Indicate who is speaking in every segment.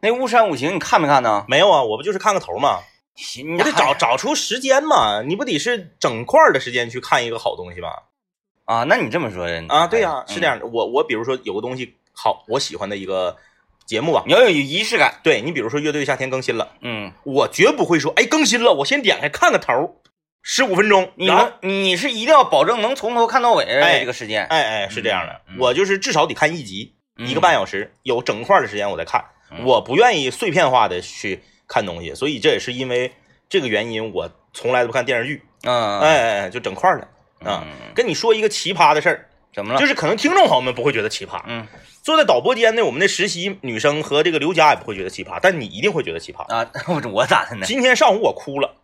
Speaker 1: 那《巫山五行》你看没看呢？
Speaker 2: 没有啊，我不就是看个头嘛，
Speaker 1: 你
Speaker 2: 你得找找出时间嘛，你不得是整块儿的时间去看一个好东西吗？
Speaker 1: 啊？那你这么说
Speaker 2: 啊，对呀、是这。
Speaker 1: 嗯
Speaker 2: 样的。我我比如说有个东西好，我喜欢的一个节目吧，
Speaker 1: 你要有仪式感，
Speaker 2: 对你比如说乐队夏天更新了，
Speaker 1: 嗯，
Speaker 2: 我绝不会说哎更新了，我先点开看个头，十五分钟，
Speaker 1: 你
Speaker 2: 然后
Speaker 1: 能你是一定要保证能从头看到尾
Speaker 2: 哎
Speaker 1: 这个时间，
Speaker 2: 哎哎是这样的，
Speaker 1: 嗯嗯
Speaker 2: 我就是至少得看一集，
Speaker 1: 嗯
Speaker 2: 一个半小时，有整块儿的时间我再看，
Speaker 1: 嗯
Speaker 2: 我不愿意碎片化的去看东西，所以这也是因为这个原因，我从来都不看电视剧，
Speaker 1: 嗯，
Speaker 2: 哎哎哎就整块儿的。啊，
Speaker 1: 嗯
Speaker 2: 跟你说一个奇葩的事儿，
Speaker 1: 怎么了？
Speaker 2: 就是是可能听众朋友们不会觉得奇葩，
Speaker 1: 嗯
Speaker 2: 坐在导播间的我们的实习女生和这个刘佳也不会觉得奇葩，但你一定会觉得奇葩。
Speaker 1: 啊， 我我咋的呢？
Speaker 2: 今天上午我哭了，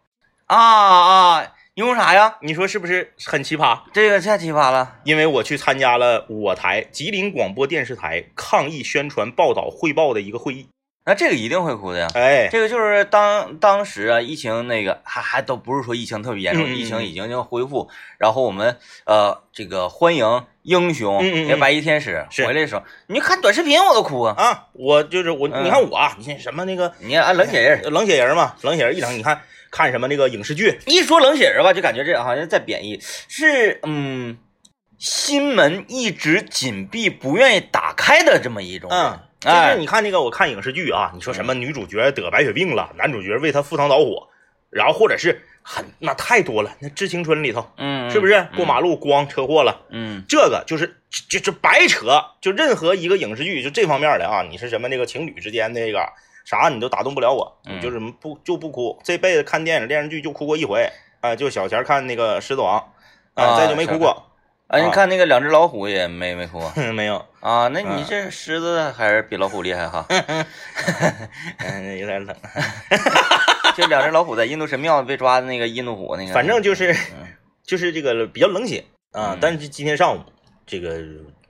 Speaker 1: 啊啊，因为啥呀？
Speaker 2: 你说是不是很奇葩？
Speaker 1: 这个太奇葩了。
Speaker 2: 因为我去参加了我台吉林广播电视台抗疫宣传报道汇报的一个会议。
Speaker 1: 那这个一定会哭的呀。
Speaker 2: 哎，
Speaker 1: 这个就是当当时啊，疫情那个还还都不是说疫情特别严重，
Speaker 2: 嗯嗯嗯
Speaker 1: 疫情已经就恢复。然后我们呃，这个欢迎英雄
Speaker 2: 嗯嗯嗯
Speaker 1: 哎白衣天使
Speaker 2: 是
Speaker 1: 回来的时候，你就看短视频我都哭啊！
Speaker 2: 啊，我就是我，
Speaker 1: 嗯
Speaker 2: 你看我啊，你看什么那个
Speaker 1: 你看啊，冷血人，
Speaker 2: 冷血人嘛，冷血人一整，你看看什么那个影视剧，
Speaker 1: 一说冷血人吧，就感觉这好像在贬义，是嗯，心门一直紧闭，不愿意打开的这么一种人。
Speaker 2: 嗯，就是
Speaker 1: 哎，嗯
Speaker 2: 你看那个我看影视剧啊，你说什么女主角得白血病了，男主角为她赴汤蹈火，然后或者是很那太多了，那《致青春》里头
Speaker 1: 嗯，
Speaker 2: 是不是过马
Speaker 1: 路？
Speaker 2: 路咣车祸了？
Speaker 1: 嗯
Speaker 2: 这个就是就就白扯，就任何一个影视剧就这方面的啊，你是什么那个情侣之间那个啥，你都打动不了我，
Speaker 1: 嗯
Speaker 2: 我就是不就不哭，这辈子看电影电视剧就哭过一回，啊、就小前儿看那个《狮子王》
Speaker 1: 啊
Speaker 2: 再就没哭过，
Speaker 1: 哎，你
Speaker 2: 啊
Speaker 1: 看那个两只老虎也没没哭啊。
Speaker 2: 哼没有，
Speaker 1: 啊，那你
Speaker 2: 嗯
Speaker 1: 这狮子还是比老虎厉害哈！
Speaker 2: 嗯，有点冷，
Speaker 1: 就两只老虎在印度神庙被抓的那个印度虎那个，
Speaker 2: 反正就是
Speaker 1: 嗯
Speaker 2: 就是这个比较冷血啊
Speaker 1: 嗯，
Speaker 2: 但是今天上午这个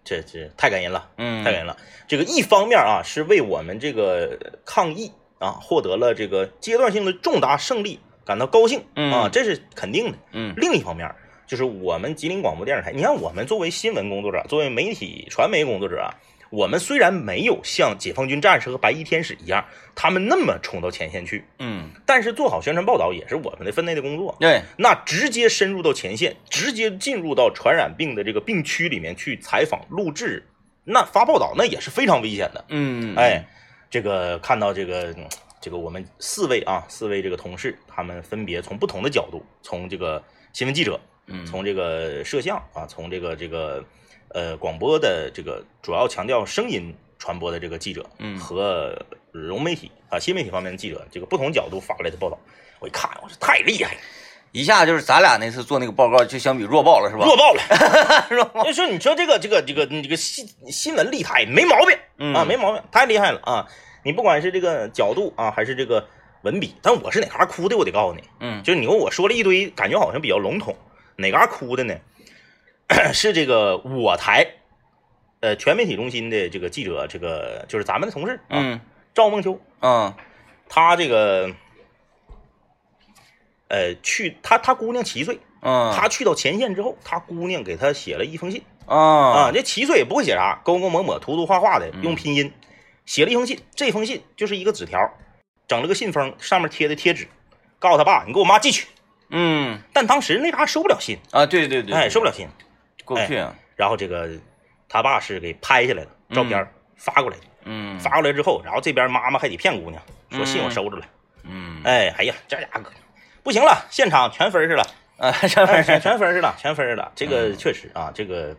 Speaker 2: 这这太感人了。
Speaker 1: 嗯
Speaker 2: 太感人了。这个一方面啊，是为我们这个抗疫啊获得了这个阶段性的重大胜利感到高兴
Speaker 1: 嗯
Speaker 2: 啊，这是肯定的。
Speaker 1: 嗯
Speaker 2: 另一方面，就是我们吉林广播电视台，你看我们作为新闻工作者，作为媒体传媒工作者啊，我们虽然没有像解放军战士和白衣天使一样，他们那么冲到前线去，
Speaker 1: 嗯，
Speaker 2: 但是做好宣传报道也是我们的分内的工作。
Speaker 1: 对，
Speaker 2: 那直接深入到前线，直接进入到传染病的这个病区里面去采访、录制，那发报道那也是非常危险的。
Speaker 1: 嗯，
Speaker 2: 哎，这个看到这个嗯这个我们四位啊，四位这个同事，他们分别从不同的角度，从这个新闻记者，
Speaker 1: 嗯，
Speaker 2: 从这个摄像啊，从这个这个呃广播的这个主要强调声音传播的这个记者，
Speaker 1: 嗯
Speaker 2: 和融媒体啊新媒体方面的记者，这个不同角度发来的报道，我一看，我说太厉害了。
Speaker 1: 一下就是咱俩那次做那个报告，就相比弱爆了是吧？
Speaker 2: 弱爆了。
Speaker 1: 弱爆，
Speaker 2: 就说你说这个这个这个你这个新新闻立台没毛病
Speaker 1: 嗯
Speaker 2: 啊，没毛病，太厉害了啊！你不管是这个角度啊，还是这个文笔，但我是哪嘎哭的，我得告诉你，
Speaker 1: 嗯
Speaker 2: 就是你说我说了一堆，感觉好像比较笼统，哪嘎哭的呢？ 是这个我台，呃，全媒体中心的这个记者，这个就是咱们的同事啊，
Speaker 1: 嗯
Speaker 2: 赵梦秋，
Speaker 1: 嗯
Speaker 2: 她这个，呃，去她她姑娘七岁，
Speaker 1: 嗯，
Speaker 2: 他去到前线之后，他姑娘给他写了一封信啊。
Speaker 1: 啊嗯
Speaker 2: 这七岁也不会写啥，勾勾抹抹、涂涂画画的，用拼音写了一封信。这封信就是一个纸条，整了个信封，上面贴的贴纸，告诉他爸，你给我妈寄去。
Speaker 1: 嗯
Speaker 2: 但当时那嘎收不了信，
Speaker 1: 啊，对对对，
Speaker 2: 哎，
Speaker 1: 是
Speaker 2: 收不了信。
Speaker 1: 过不去啊，
Speaker 2: 然后这个他爸是给拍下来了，照片儿发过来，
Speaker 1: 嗯，
Speaker 2: 发过来之后，然后这边妈妈还得骗姑娘，说信我收着了。
Speaker 1: 嗯
Speaker 2: 哎，哎呀，这家伙不行了，现场全分儿 去了。
Speaker 1: 啊，上
Speaker 2: 哎
Speaker 1: 面
Speaker 2: 全全分儿似的，全分儿似的。这
Speaker 1: 嗯
Speaker 2: 个确实啊，这个，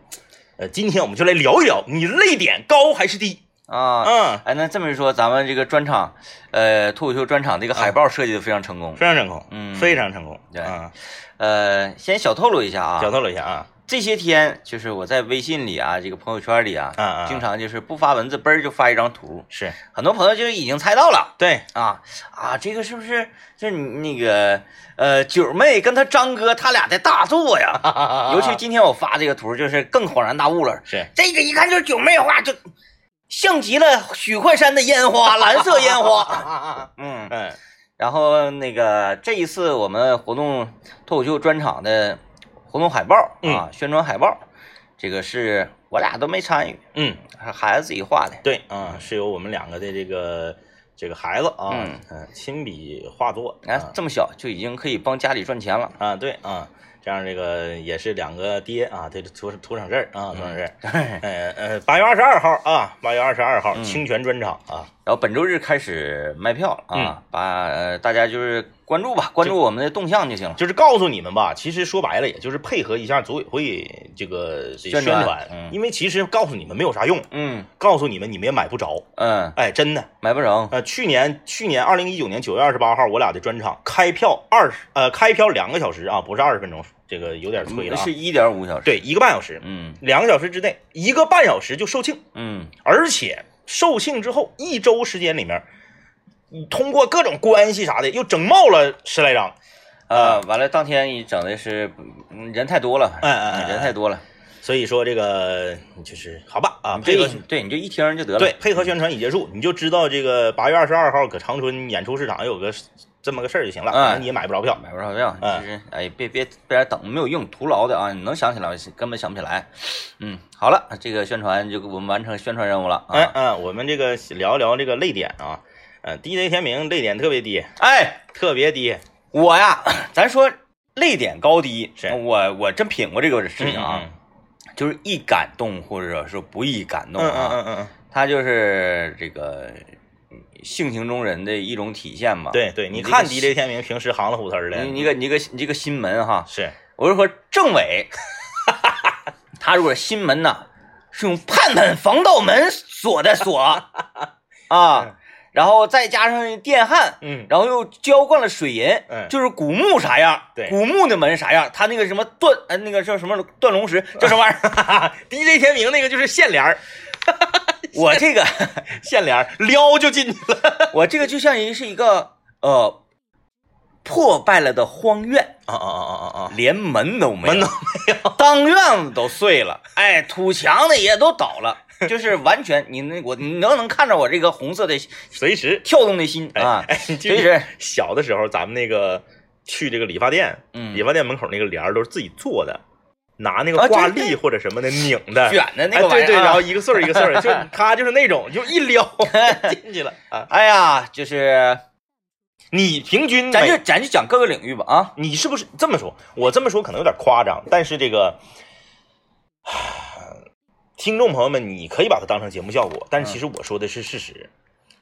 Speaker 2: 呃，今天我们就来聊一聊你泪点高还是低。
Speaker 1: 啊。
Speaker 2: 嗯，
Speaker 1: 哎，那这么一说，咱们这个专场，呃，脱口秀专场这个海报设计的非常成功。
Speaker 2: 非常成功，
Speaker 1: 嗯
Speaker 2: 非常成功。
Speaker 1: 对
Speaker 2: 啊，
Speaker 1: 呃，先小透露一下啊，
Speaker 2: 小透露一下啊，
Speaker 1: 这些天就是我在微信里啊，这个朋友圈里啊，
Speaker 2: 啊啊
Speaker 1: 经常就是不发文字，嘣儿就发一张图，
Speaker 2: 是
Speaker 1: 很多朋友就已经猜到了
Speaker 2: 对，
Speaker 1: 啊啊，这个是不是就是那个呃九妹跟她张哥他俩在大作呀？
Speaker 2: 啊
Speaker 1: 尤其今天我发这个图，就是更恍然大悟了，
Speaker 2: 是
Speaker 1: 这个一看就是九妹画，就像极了许幻山的烟花，蓝色烟 花。
Speaker 2: 啊，
Speaker 1: 嗯，
Speaker 2: 嗯，
Speaker 1: 然后那个这一次我们活动脱口秀专场的活动海报啊，宣传海报，这个是我俩都没参与，
Speaker 2: 嗯，
Speaker 1: 是孩子自己画的。
Speaker 2: 对啊，是由我们两个的这个这个孩子啊，
Speaker 1: 嗯
Speaker 2: 呃亲笔画作，
Speaker 1: 哎
Speaker 2: 啊，
Speaker 1: 这么小就已经可以帮家里赚钱了，
Speaker 2: 啊，对啊，这样这个也是两个爹啊，这土土场事儿啊，土 场事儿。
Speaker 1: 嗯
Speaker 2: 呃呃，八月二十二号啊，八月二十二号清泉专场啊，
Speaker 1: 然后本周日开始卖票了
Speaker 2: 嗯
Speaker 1: 啊，把呃大家就是关注吧，关注我们的动向就行了。
Speaker 2: 就是告诉你们吧，其实说白了，也就是配合一下组委会这个这
Speaker 1: 宣
Speaker 2: 宣
Speaker 1: 传
Speaker 2: 传，
Speaker 1: 嗯
Speaker 2: 因为其实告诉你们没有啥用，
Speaker 1: 嗯
Speaker 2: 告诉你们你们也买不着，
Speaker 1: 嗯，
Speaker 2: 哎，真的。
Speaker 1: 买不成，
Speaker 2: 呃，去年去年二零一九年九月二十八号，我俩的专场开票二十呃开票两个小时啊，不是二十分钟，这个有点催了、啊
Speaker 1: 嗯是，一点五小时。
Speaker 2: 对，一个半小时，
Speaker 1: 嗯
Speaker 2: 两个小时之内，一个半小时就售罄。
Speaker 1: 嗯
Speaker 2: 而且售罄之后一周时间里面，你通过各种关系啥的，又整冒了十来张。
Speaker 1: 啊，完了，当天一整的是嗯人太多了，
Speaker 2: 嗯嗯嗯嗯
Speaker 1: 人太多了。
Speaker 2: 所以说这个就是好吧啊，
Speaker 1: 你这
Speaker 2: 配合
Speaker 1: 一对你就一听就得了。
Speaker 2: 对配合宣传已结束，你就知道这个八月二十二号搁长春演出市场有个这么个事儿就行了，
Speaker 1: 嗯
Speaker 2: 反正你也买不着票。
Speaker 1: 买不着票，
Speaker 2: 嗯
Speaker 1: 就是哎，别别别人等没有用，徒劳的啊！你能想起来根本想不起来。嗯，好了，这个宣传就我们完成宣传任务了
Speaker 2: 哎
Speaker 1: 啊！
Speaker 2: 嗯，我们这个聊一聊这个泪点啊，呃，DJ 天明泪点特别低，
Speaker 1: 哎，
Speaker 2: 特别低。
Speaker 1: 我呀，咱说泪点高低，
Speaker 2: 是
Speaker 1: 我我真品过这个事情啊，
Speaker 2: 嗯
Speaker 1: 就是易感动或者说不易感动
Speaker 2: 嗯
Speaker 1: 啊，
Speaker 2: 嗯嗯嗯，
Speaker 1: 它就是这个嗯性情中人的一种体现嘛。，
Speaker 2: 对对，
Speaker 1: 啊你
Speaker 2: 你
Speaker 1: 这个
Speaker 2: 看
Speaker 1: 是
Speaker 2: DJ 天明平时行了虎呲的，嗯
Speaker 1: 你你个你个你个心门哈，
Speaker 2: 是
Speaker 1: 我是说政委， 他如果心门呐是用盼盼防盗门锁的 锁啊，然后再加上电焊，
Speaker 2: 嗯
Speaker 1: 然后又浇灌了水银，
Speaker 2: 嗯
Speaker 1: 就是古墓啥样，
Speaker 2: 对
Speaker 1: 古墓的门啥样，他那个什么断呃那个叫什么断龙 石叫什么玩意儿，
Speaker 2: ，DJ 天明那个就是线帘儿。
Speaker 1: 我这个
Speaker 2: 线帘儿撩就进去 了。
Speaker 1: 我这个就像一是一个呃破败了的荒院，
Speaker 2: 啊啊啊
Speaker 1: 哦
Speaker 2: 啊啊！
Speaker 1: 连门都没有，
Speaker 2: 门都
Speaker 1: 没有， 当院子都碎了，哎，土墙的也都倒了， 就是完全你那我你能能看着我这个红色的
Speaker 2: 随时
Speaker 1: 跳动的心啊，
Speaker 2: 哎，你记
Speaker 1: 随
Speaker 2: 不记
Speaker 1: 时
Speaker 2: 得 小的时候，咱们那个去这个理发店，
Speaker 1: 嗯
Speaker 2: 理发店门口那个帘儿都是自己做的，拿那个
Speaker 1: 啊对
Speaker 2: 挂
Speaker 1: 对
Speaker 2: 历或者什么的拧的，
Speaker 1: 卷的那个玩意
Speaker 2: 哎对对，
Speaker 1: 儿
Speaker 2: 然
Speaker 1: 啊
Speaker 2: 后。一个穗儿一个 穗儿，就他就是那种，就一撩进去了啊。
Speaker 1: 哎呀，
Speaker 2: 嗯
Speaker 1: 就是，
Speaker 2: 你平均
Speaker 1: 咱就
Speaker 2: 每
Speaker 1: 咱就讲各个领域吧啊，
Speaker 2: 你是不是这么说？我这么说可能有点夸张，但是这个。听众朋友们，你可以把它当成节目效果，但是其
Speaker 1: 嗯
Speaker 2: 实我说的是事实，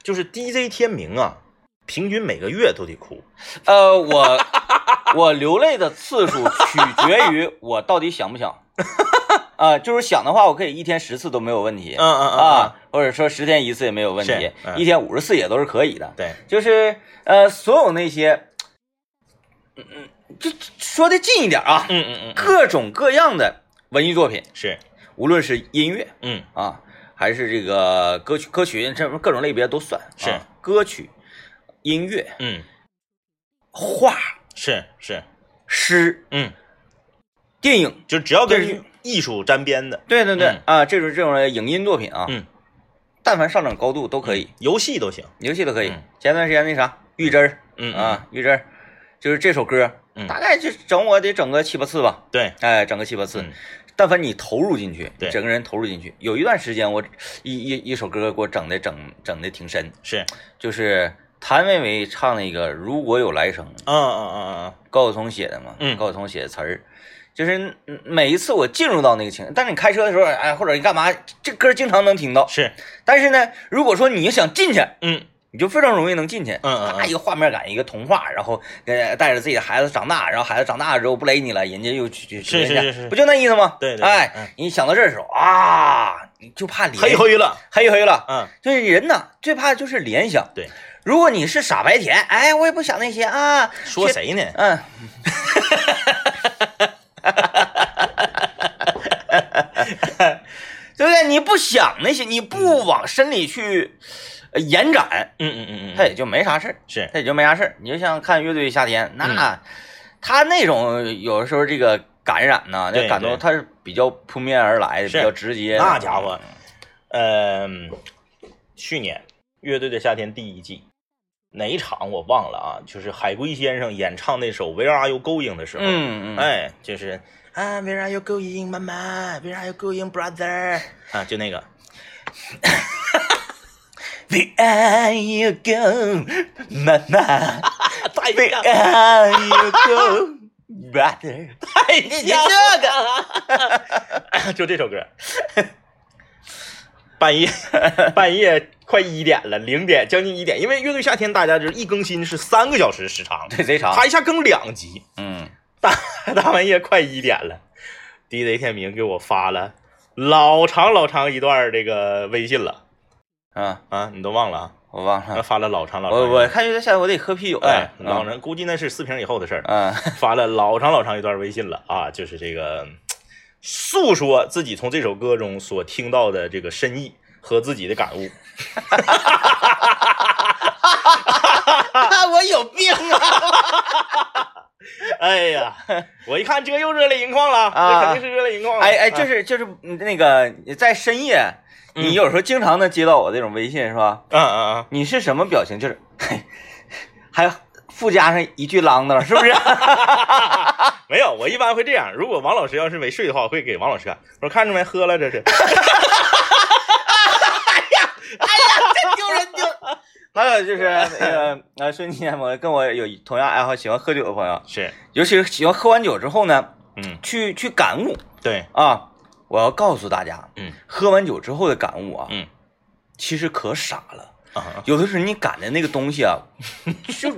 Speaker 2: 就是 DJ 天明啊，平均每个月都得哭。
Speaker 1: 呃，我 我流泪的次数取决于我到底想不 想，啊、就是想的话，我可以一天十次都没有问题，
Speaker 2: 嗯嗯
Speaker 1: 啊，或者说十天一次也没有问题
Speaker 2: 是，嗯
Speaker 1: 一天五十次也都是可以的，
Speaker 2: 对，
Speaker 1: 就是呃，所有那些，嗯嗯，就说的近一点啊，
Speaker 2: 嗯嗯嗯，
Speaker 1: 各种各样的文艺作品，
Speaker 2: 是，
Speaker 1: 无论是音乐
Speaker 2: 嗯
Speaker 1: 啊，还是这个歌曲、歌曲这各种类别都算啊
Speaker 2: 是
Speaker 1: 歌曲、音乐、
Speaker 2: 嗯，
Speaker 1: 画、
Speaker 2: 是是，
Speaker 1: 诗、
Speaker 2: 嗯，
Speaker 1: 电影，
Speaker 2: 就只要
Speaker 1: 对
Speaker 2: 跟艺术沾边的，
Speaker 1: 对对对、
Speaker 2: 嗯
Speaker 1: 啊，这种这种影音作品啊，
Speaker 2: 嗯，
Speaker 1: 但凡上涨高度都可以，
Speaker 2: 游戏都行。
Speaker 1: 游戏都可以。
Speaker 2: 嗯
Speaker 1: 前段时间那啥玉针儿，
Speaker 2: 嗯
Speaker 1: 啊，玉针儿就是这首歌，
Speaker 2: 嗯
Speaker 1: 大概就整我得整个七八次吧，
Speaker 2: 对，
Speaker 1: 哎，整个七八次。
Speaker 2: 嗯
Speaker 1: 但凡你投入进去，
Speaker 2: 对
Speaker 1: 整个人投入进去，有一段时间我一一一首歌给我整的整整的挺深，
Speaker 2: 是，
Speaker 1: 就是谭维维唱那个《如果有来生》，
Speaker 2: 嗯嗯嗯
Speaker 1: 高晓松写的嘛，
Speaker 2: 嗯
Speaker 1: 高晓松写的词儿，就是嗯每一次我进入到那个情，但是你开车的时候，哎，或者你干嘛，这歌经常能听
Speaker 2: 嗯，
Speaker 1: 到。
Speaker 2: 是，
Speaker 1: 但是呢，如果说你想进去，
Speaker 2: 嗯
Speaker 1: 你就非常容易能进去，
Speaker 2: 嗯嗯嗯
Speaker 1: 啪一个画面感，一个童话，然后呃带着自己的孩子长大，然后孩子长大了之后不勒你了，人家又去去去
Speaker 2: 是是
Speaker 1: 人家
Speaker 2: 是是
Speaker 1: 不就那意思吗？
Speaker 2: 对对
Speaker 1: 哎，
Speaker 2: 嗯
Speaker 1: 你想到这儿的时候啊，你就怕联
Speaker 2: 黑黑了，
Speaker 1: 黑黑了，
Speaker 2: 嗯，
Speaker 1: 就是人呐，最怕就是联想。
Speaker 2: 对，
Speaker 1: 如果你是傻白甜，哎，我也不想那些啊，
Speaker 2: 说
Speaker 1: 谁？
Speaker 2: 谁呢？
Speaker 1: 嗯，对不对？你不想那些，你不往深里去呃延展，
Speaker 2: 嗯嗯嗯嗯
Speaker 1: 它
Speaker 2: 嗯，
Speaker 1: 也就没啥事儿，
Speaker 2: 是，
Speaker 1: 它也就没啥事儿。你就像看乐队夏天，那、他那种有的时候这个感染呢，那
Speaker 2: 对
Speaker 1: 感动
Speaker 2: 对
Speaker 1: 它是比较扑面而来的，比
Speaker 2: 是
Speaker 1: 较直接。
Speaker 2: 那家伙，嗯，去年乐队的夏天第一季哪一场我忘了啊，就是海龟先生演唱那首《Where Are You Going》的时候，
Speaker 1: 嗯嗯，
Speaker 2: 哎，就是啊，Where Are You Going，妈妈，Where Are You Going，brother，啊，就那个，
Speaker 1: 为爱一个妈妈，
Speaker 2: 太
Speaker 1: 为
Speaker 2: 像
Speaker 1: 爱一 个 brother。
Speaker 2: 太
Speaker 1: 你
Speaker 2: 像
Speaker 1: 这
Speaker 2: 个， 就这首 歌。半夜， 半夜快一点了，零点将近一点，因为乐队夏天大家就是一更新是三个小时时长，
Speaker 1: 对，贼长。
Speaker 2: 他一下更两集，
Speaker 1: 嗯，
Speaker 2: 大 大半夜快一点了，DJ 天明给我发了老长老长一段儿这个微信了
Speaker 1: 啊，
Speaker 2: 啊，你都忘了
Speaker 1: 我忘
Speaker 2: 啊？
Speaker 1: 了。
Speaker 2: 发了老长老长一
Speaker 1: 我
Speaker 2: 段，
Speaker 1: 我啊看就在下，我得喝啤酒
Speaker 2: 哎啊
Speaker 1: 了。，
Speaker 2: 老长估计那是四瓶以后的事儿了。
Speaker 1: 嗯，
Speaker 2: 发了老长老长一段微信了啊，就是这个嗯诉说自己从这首歌中所听到的这个深意和自己 的感悟。
Speaker 1: 我有病啊！
Speaker 2: 哎呀，我一看这又热泪盈眶了，
Speaker 1: 啊
Speaker 2: 这肯定是热泪盈眶 了。
Speaker 1: 哎哎，
Speaker 2: 啊
Speaker 1: 就是就是那个你在深夜，你有时候经常能接到我这种微信是吧？
Speaker 2: 嗯嗯嗯，
Speaker 1: 你是什么表情？就是， 嘿，还附加上一句啷当，是不是？
Speaker 2: 没有，我一般会这样。如果王老师要是没睡的话，我会给王老师看。我说看着没，喝了这是。
Speaker 1: 真丢人丢。 还有就是那个呃，瞬间我跟我有同样爱好喜欢喝酒的朋友，
Speaker 2: 是，
Speaker 1: 尤其是喜欢喝完酒之后呢，
Speaker 2: 嗯，
Speaker 1: 去去感悟
Speaker 2: 对，
Speaker 1: 啊！我要告诉大家，
Speaker 2: 嗯
Speaker 1: 喝完酒之后的感悟啊，
Speaker 2: 嗯
Speaker 1: 其实可傻了。
Speaker 2: 啊，
Speaker 1: 有的时候你赶的那个东西 啊，就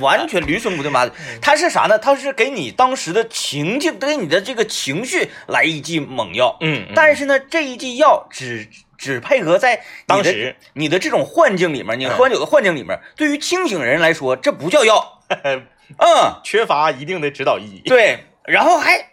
Speaker 1: 完全驴唇不对马嘴。它是啥呢？它是给你当时的情境，给你的这个情绪来一剂猛药。
Speaker 2: 嗯，
Speaker 1: 但是呢，这一剂药只只配合在你
Speaker 2: 当
Speaker 1: 的
Speaker 2: 时
Speaker 1: 你的这种幻境里面，你
Speaker 2: 嗯
Speaker 1: 喝完酒的幻境里面，对于清醒人来说，这不叫 药。嗯，
Speaker 2: 缺乏一定的指导意义。
Speaker 1: 对，然后还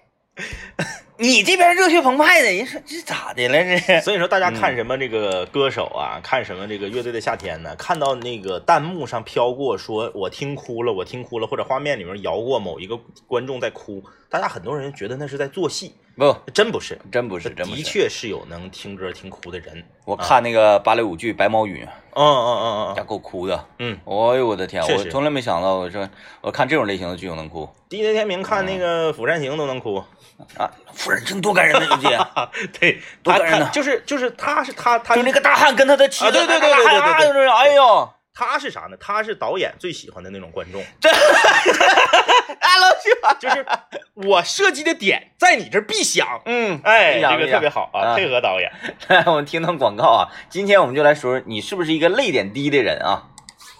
Speaker 1: 你这边热血澎湃的，人说这咋的了？这是
Speaker 2: 所以说，大家
Speaker 1: 嗯
Speaker 2: 看什么这个歌手啊，看什么这个乐队的夏天呢？看到那个弹幕上飘过说“我听哭了，我听哭了”，或者画面里面摇过某一个观众在哭，大家很多人觉得那是在做戏，
Speaker 1: 不
Speaker 2: 真不是，
Speaker 1: 真不是，真不
Speaker 2: 的
Speaker 1: 是。
Speaker 2: 确是有能听歌听哭的人。
Speaker 1: 我看那个芭蕾舞剧《白毛雨》，
Speaker 2: 嗯嗯嗯
Speaker 1: 呀，
Speaker 2: 嗯
Speaker 1: 给我哭的。
Speaker 2: 嗯
Speaker 1: 哎呦我的天，
Speaker 2: 确
Speaker 1: 我
Speaker 2: 实
Speaker 1: 从来没想到，我说我看这种类型的剧我能哭
Speaker 2: ，DJ 天明
Speaker 1: 嗯
Speaker 2: 看那个《釜山行》都能哭，
Speaker 1: 啊！夫人真多感人呐，姐，
Speaker 2: 啊，对，
Speaker 1: 多
Speaker 2: 他
Speaker 1: 感人呐
Speaker 2: 他就是就是他是他 他
Speaker 1: 就那个大汉跟他的妻子，
Speaker 2: 啊对对对对对 对
Speaker 1: 啊就是哎呦，
Speaker 2: 他是啥呢？他是导演最喜欢的那种观众，
Speaker 1: 啊老喜欢，
Speaker 2: 就是我设计的点在你这儿必响。
Speaker 1: 嗯，
Speaker 2: 哎，
Speaker 1: 一样
Speaker 2: 这个
Speaker 1: 一
Speaker 2: 特
Speaker 1: 样
Speaker 2: 别好啊，
Speaker 1: 啊
Speaker 2: 配合导演。
Speaker 1: 来，我们听段广告啊。今天我们就来说说你是不是一个泪点低的人啊？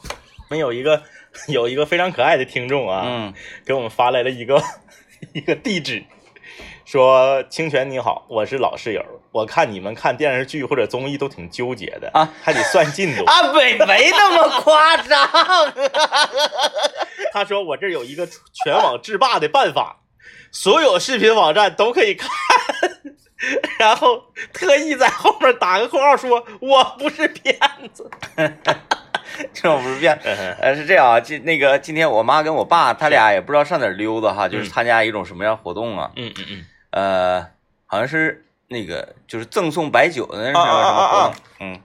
Speaker 2: 我们有一个有一个非常可爱的听众啊，
Speaker 1: 嗯，
Speaker 2: 给我们发来了一个 一个地址，说清泉你好，我是老室友，我看你们看电视剧或者综艺都挺纠结的
Speaker 1: 啊，
Speaker 2: 还得算 进度。
Speaker 1: 啊，没没那么夸张。
Speaker 2: 他说我这有一个全网制霸的办法，所有视频网站都可以看。 然后特意在后面打个括号说我不是骗 子，
Speaker 1: 这我不是骗，
Speaker 2: 嗯
Speaker 1: 呃，是这样啊，今那个今天我妈跟我爸他俩也不知道上哪儿溜达哈，就是
Speaker 2: 嗯
Speaker 1: 参加一种什么样活动啊？
Speaker 2: 嗯嗯嗯，
Speaker 1: 呃，好像是那个就是赠送白酒的那什
Speaker 2: 啊啊
Speaker 1: 么
Speaker 2: 啊
Speaker 1: 什么活
Speaker 2: 啊
Speaker 1: 动，嗯。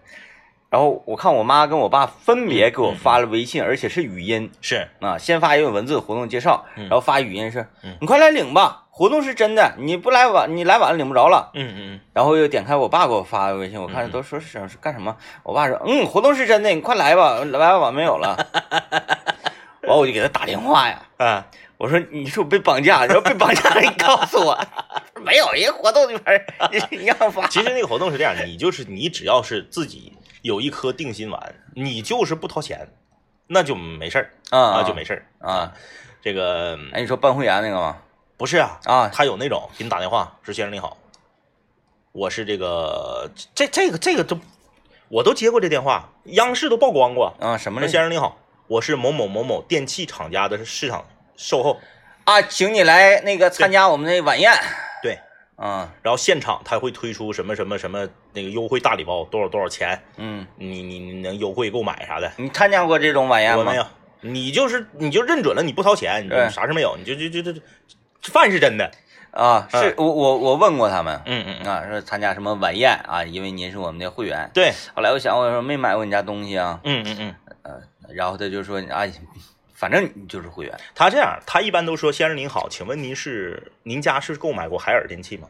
Speaker 1: 然后我看我妈跟我爸分别给我发了微信，而且是语音
Speaker 2: 是
Speaker 1: 啊，先发一个文字活动介绍，
Speaker 2: 嗯
Speaker 1: 然后发语音是
Speaker 2: 嗯，
Speaker 1: 你快来领吧，活动是真的，你不来晚你来晚了领不着了。
Speaker 2: 嗯嗯嗯。
Speaker 1: 然后又点开我爸给我发的微信，我看都说是是干什么？我爸说，嗯，活动是真的，你快来吧，来晚没有了。 完我就给他打电话呀，
Speaker 2: 啊，
Speaker 1: 我说你是不是被绑架？ 你说被绑架，你告诉我， 没有人 活动那边儿你你让发。
Speaker 2: 其实那个活动是这样，你就是你只要是自己有一颗定心丸，你就是不掏钱，那就没事儿
Speaker 1: 啊
Speaker 2: 啊，就没事儿。
Speaker 1: 啊。
Speaker 2: 这个嗯
Speaker 1: 哎，你说办会员那个吗？
Speaker 2: 不是啊，
Speaker 1: 啊，
Speaker 2: 他有那种给你打电话说先生你好，我是这个这这个这个都我都接过这电话，央视都曝光过。
Speaker 1: 啊什么
Speaker 2: 说
Speaker 1: 来
Speaker 2: 先
Speaker 1: 着？
Speaker 2: 生你好，我是某某某某电器厂家的市场售后，
Speaker 1: 啊，请你来那个参加我们的晚宴。
Speaker 2: 对，
Speaker 1: 啊，
Speaker 2: 然后现场他会推出什么什么什么那个优惠大礼包，多少多少钱，
Speaker 1: 嗯，
Speaker 2: 你你你能优惠购买啥的。
Speaker 1: 你参加过这种晚宴
Speaker 2: 我
Speaker 1: 吗？
Speaker 2: 没有，你就是你就认准了，你不掏钱，你就
Speaker 1: 对
Speaker 2: 啥事没有，你就就就就就饭是真的。
Speaker 1: 啊，是我我我问过他们。
Speaker 2: 嗯嗯，
Speaker 1: 啊，说参加什么晚宴啊？因为您是我们的会员。
Speaker 2: 对，
Speaker 1: 后来我想，我说没买过你家东西啊，
Speaker 2: 嗯嗯嗯，
Speaker 1: 然后他就说，哎，反正你就是会员。
Speaker 2: 他这样，他一般都说先生您好，请问您是您家是购买过海尔电器吗？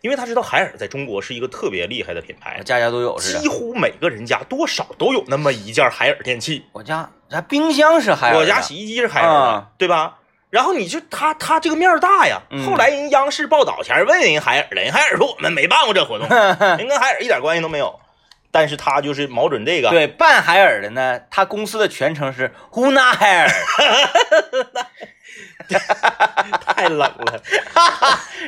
Speaker 2: 因为他知道海尔在中国是一个特别厉害的品牌，
Speaker 1: 家家都有似
Speaker 2: 几
Speaker 1: 的。
Speaker 2: 乎每个人家多少都有那么一件海尔电器。
Speaker 1: 我家咱冰箱是海尔的，
Speaker 2: 我家洗衣机是海尔的，
Speaker 1: 啊
Speaker 2: 对吧？然后你就他他这个面儿大呀，
Speaker 1: 嗯
Speaker 2: 后来人央视报道前问人海尔了，人海尔说我们没办过这 活动，人跟海尔一点关系都没有。但是他就是瞄准这 个，
Speaker 1: 对，办海尔的呢，他公司的全称是呼纳海尔，
Speaker 2: 太冷了。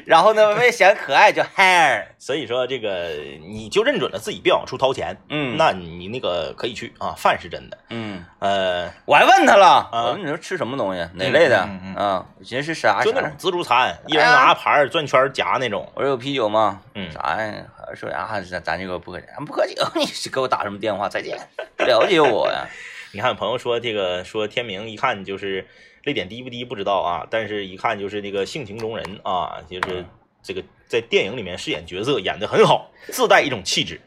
Speaker 1: 然后 呢，为了显可爱叫海尔。
Speaker 2: 所以说这个你就认准了自己别往出掏钱，
Speaker 1: 嗯，
Speaker 2: 那你那个可以去啊，饭是真的。
Speaker 1: 嗯，
Speaker 2: 呃，
Speaker 1: 我还问他了，
Speaker 2: 啊
Speaker 1: 我说你说吃什么东西，哪类的？
Speaker 2: 嗯嗯嗯
Speaker 1: 啊，我寻思是啥
Speaker 2: 就
Speaker 1: 啥
Speaker 2: 那
Speaker 1: 呀
Speaker 2: 种？自助餐，一人拿盘儿转圈儿夹那种。
Speaker 1: 我说有啤酒吗？
Speaker 2: 嗯
Speaker 1: 啥呀？说呀，咱咱这个不喝酒，不喝酒， 你是给我打什么电话？再见，不了解我呀？
Speaker 2: 你看朋友说这个说天明一看就是泪点低不低不知道啊，但是一看就是那个性情中人啊，就是
Speaker 1: 嗯
Speaker 2: 这个在电影里面饰演角色演的很好，自带一种气质。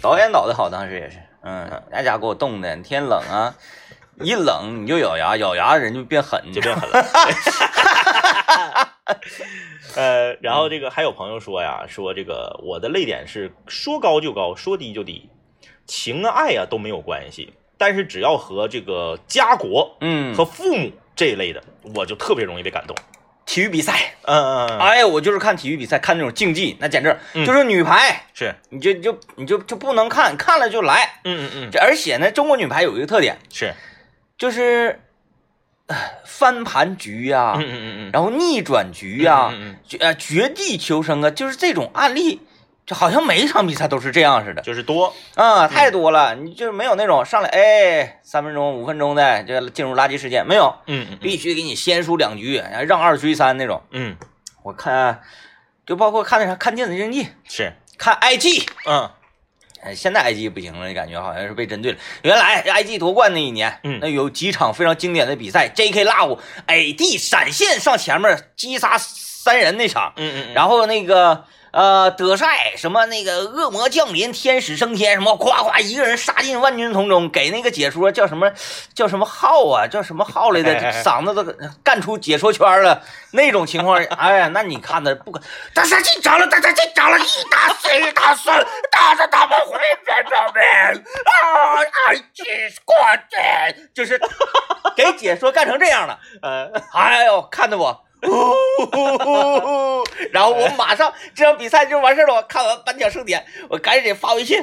Speaker 1: 导演导的好，当时也是，嗯，那家给我冻的，天冷啊，一冷你就咬牙，咬牙人就变狠，
Speaker 2: 就变狠了。呃，然后这个还有朋友说呀，说这个我的泪点是说高就高，说低就低，情啊爱啊都没有关系，但是只要和这个家国
Speaker 1: 嗯
Speaker 2: 和，父母这一类的，我就特别容易被感动。
Speaker 1: 体育比赛，
Speaker 2: 嗯嗯嗯，
Speaker 1: 哎，我就是看体育比赛，看那种竞技，那简直
Speaker 2: 嗯
Speaker 1: 就是女排，
Speaker 2: 是，
Speaker 1: 你就就你就就不能看，看了就来。
Speaker 2: 嗯嗯嗯，
Speaker 1: 这而且呢，中国女排有一个特点，
Speaker 2: 是，
Speaker 1: 就是唉翻盘局呀、
Speaker 2: 嗯嗯嗯嗯，
Speaker 1: 然后逆转局呀、
Speaker 2: 嗯嗯嗯
Speaker 1: 绝呃绝地求生啊，就是这种案例，就好像每一场比赛都是这样似的
Speaker 2: 就是多，
Speaker 1: 啊、太多了。你就是没有那种上来哎三分钟五分钟的就进入垃圾时间，没有，
Speaker 2: 嗯嗯嗯
Speaker 1: 必须给你先输两局，然后让二追三那种。
Speaker 2: 嗯，
Speaker 1: 我看就包括看那啥，看电子竞技，
Speaker 2: 是，
Speaker 1: 看 IG。
Speaker 2: 嗯
Speaker 1: 哎，现在 IG 不行了，感觉好像是被针对了。原来 IG 夺冠那一年，
Speaker 2: 嗯
Speaker 1: 那有几场非常经典的比赛，JK 辣舞 AD 哎闪现上前面击杀三人那场，
Speaker 2: 嗯嗯，后
Speaker 1: 然后那个呃德赛什么那个恶魔降临、天使升天什么，夸夸一个人杀进万军丛中，给那个解说叫什么叫什么浩啊，叫什么浩来的，
Speaker 2: 哎哎哎
Speaker 1: 嗓子都干出解说圈了那种情况， 哎呀，那你看的不可，大家进场了，大家进场了，一打死一打死，打着他们回本表 面啊，爱情观点就是给解说干成这样了。
Speaker 2: 呃，
Speaker 1: 哎呦，看得我， 然后我马上这场比赛就完事儿了。我看完颁奖盛典，我赶紧发微信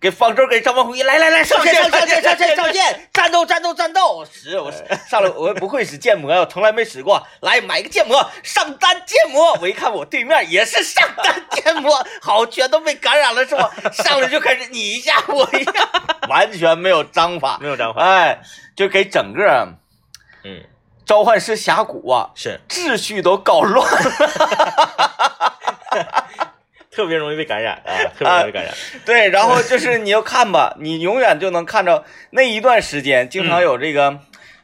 Speaker 1: 给方舟、给张文辉，来来来，上线哎上线上线哎上线，战斗战斗战斗！使我上来我也不会使建模，我从来没使过，来买个建模，上单建模。我一看我对面也是上单建模，好，全都被感染了是吧？ 上来就开始你一下我一下，完全没有章法，
Speaker 2: 没有张华，
Speaker 1: 哎，就给整个
Speaker 2: 嗯，
Speaker 1: 召唤师峡谷啊。
Speaker 2: 是
Speaker 1: 秩序都搞乱了。
Speaker 2: 特别容易被感染啊，特别容易被感染，
Speaker 1: 对，然后就是你就看 吧，你永远就能看着那一段时间，经常有这个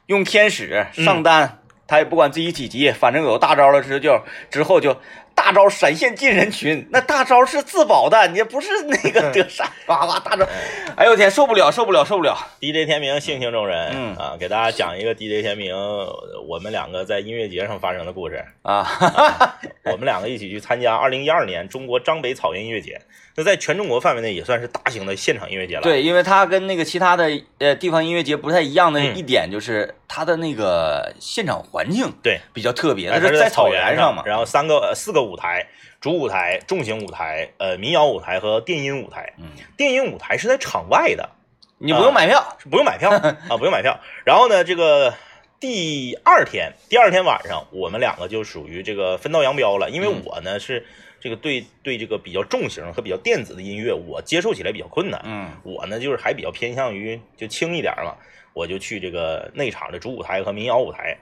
Speaker 1: 用天使上单，他也不管自己几级，反正有大招了之后就之后就大招闪现进人群，那大招是自保的，你不是那个德善哇哇大招，嗯哎呦我天，受不了，受不了，受不了。
Speaker 2: DJ 天明性情中人，
Speaker 1: 嗯
Speaker 2: 啊，给大家讲一个 DJ 天明，呃我们两个在音乐节上发生 的故事。
Speaker 1: 啊，哈哈，
Speaker 2: 我们两个一起去参加2012年中国张北草原音乐节，那在全中国范围内也算是大型的现场音乐节了。，哎
Speaker 1: 对，因为他跟那个其他的呃地方音乐节不太一样的
Speaker 2: 嗯
Speaker 1: 一点，就是他的那个现场环境
Speaker 2: 对
Speaker 1: 比较特别，
Speaker 2: 哎
Speaker 1: 它
Speaker 2: 它
Speaker 1: 是
Speaker 2: 是
Speaker 1: 在
Speaker 2: 草
Speaker 1: 草原
Speaker 2: 上
Speaker 1: 上嘛，
Speaker 2: 然后三个、呃、四个舞台，主舞台、重型舞台、呃民谣舞台和电音舞台。
Speaker 1: 嗯，
Speaker 2: 电音舞台是在场外的，
Speaker 1: 你不用买票，
Speaker 2: 是不用买票啊，不用买票。然后呢，这个第二天，第二天晚上，我们两个就属于这个分道扬镳了，因为
Speaker 1: 嗯
Speaker 2: 我呢是这个对对这个比较重型和比较电子的音乐，我接受起来比较困难。
Speaker 1: 嗯
Speaker 2: 我呢就是还比较偏向于就轻一点嘛，我就去这个内场的主舞台和民谣舞台。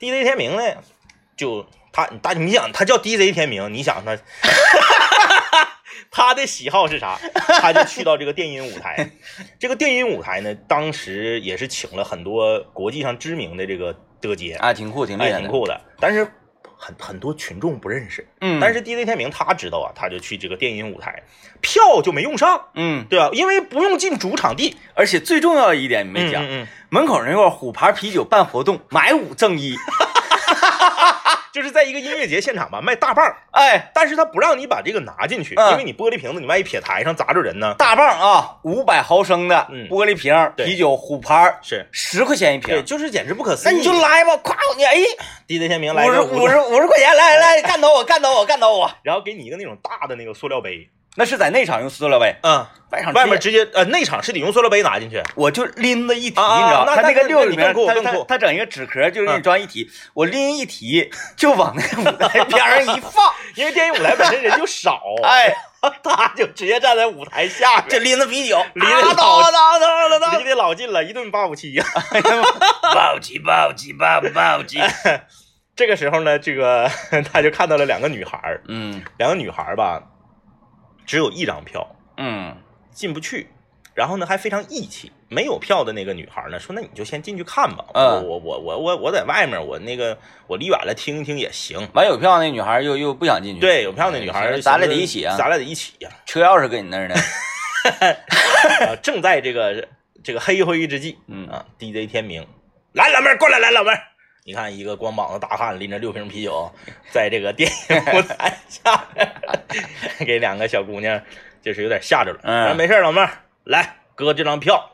Speaker 2: DJ 天明呢，就他他你想他叫 DJ 天明，你想他。 他的喜好是啥？他就去到这个电音舞台。这个电音舞台呢，当时也是请了很多国际上知名的这个德杰，
Speaker 1: 啊，挺酷，挺厉害
Speaker 2: 哎，挺
Speaker 1: 的，
Speaker 2: 酷的。但是很很多群众不认识。
Speaker 1: 嗯，
Speaker 2: 但是 DJ 天明他知道啊，他就去这个电音舞台，票就没用上，
Speaker 1: 嗯，
Speaker 2: 对吧？啊因为不用进主场地。嗯
Speaker 1: 而且最重要一点没
Speaker 2: 没
Speaker 1: 讲，
Speaker 2: 讲，
Speaker 1: 门口那块虎牌啤酒办活动，买五赠一，
Speaker 2: 就是在一个音乐节现场吧，卖大棒儿，
Speaker 1: 哎，
Speaker 2: 但是他不让你把这个拿进去，
Speaker 1: 嗯
Speaker 2: 因为你玻璃瓶子，你万一撇台上砸着人呢。
Speaker 1: 大棒啊，五百毫升的
Speaker 2: 嗯
Speaker 1: 玻璃瓶、
Speaker 2: 对
Speaker 1: 啤酒虎牌，
Speaker 2: 是，
Speaker 1: 十块钱一
Speaker 2: 对，
Speaker 1: 瓶。
Speaker 2: 就是简直不可思
Speaker 1: 那
Speaker 2: 议。
Speaker 1: 你就来吧，夸我你哎，
Speaker 2: DJ 天明来
Speaker 1: 五十
Speaker 2: 个
Speaker 1: 五十，五十块钱，来来干倒我，干倒我，干倒我。
Speaker 2: 然后给你一个那种大的那个塑料杯，
Speaker 1: 那是在内场用塑料杯，
Speaker 2: 嗯，
Speaker 1: 外场
Speaker 2: 外面
Speaker 1: 直接
Speaker 2: 直接呃内场是得用塑料杯拿进去，
Speaker 1: 我就拎了一提，
Speaker 2: 啊啊
Speaker 1: 你知道，
Speaker 2: 那
Speaker 1: 他
Speaker 2: 那
Speaker 1: 个
Speaker 2: 那
Speaker 1: 六
Speaker 2: 你
Speaker 1: 里
Speaker 2: 更
Speaker 1: 面，
Speaker 2: 酷
Speaker 1: 他
Speaker 2: 更
Speaker 1: 他
Speaker 2: 酷
Speaker 1: 他整一个纸壳，就是给你
Speaker 2: 嗯
Speaker 1: 装一提，我拎一提就往那个舞 台边儿上一放，
Speaker 2: 因为电影舞台本身人就 少，
Speaker 1: 哎，
Speaker 2: 他就直接站在舞台下
Speaker 1: 就
Speaker 2: 面，
Speaker 1: 拎着啤酒，
Speaker 2: 拎着
Speaker 1: 啊，
Speaker 2: 老
Speaker 1: 倒倒倒倒倒
Speaker 2: 离，得老近了，一顿八五七。
Speaker 1: 暴击暴击暴暴 击，
Speaker 2: 这个时候呢，这个 他就看到了两个女孩儿，
Speaker 1: 嗯
Speaker 2: 两个女孩儿吧，只有一张票
Speaker 1: 嗯
Speaker 2: 进不去，然后呢还非常义气，没有票的那个女孩儿呢说，那你就先进去看吧，
Speaker 1: 嗯
Speaker 2: 我我我我我在外面，我那个我离远了听一听也行。
Speaker 1: 完有票那女孩又又不想进去，，
Speaker 2: 对，有票那女孩
Speaker 1: 嗯哎
Speaker 2: 儿，
Speaker 1: 咱俩得一起啊
Speaker 2: 咱俩得一起呀、
Speaker 1: 车钥匙搁你那 儿呢，
Speaker 2: 啊，正在这个这个黑灰之际，
Speaker 1: 嗯
Speaker 2: 啊，DJ 天明，来老妹儿过来，来老妹儿，你看一个光膀子大汉拎着六瓶啤 酒，在这个电影舞台下 面给两个小姑娘就是有点吓着了，
Speaker 1: 嗯
Speaker 2: 啊没事儿，老妹儿，来，哥这张票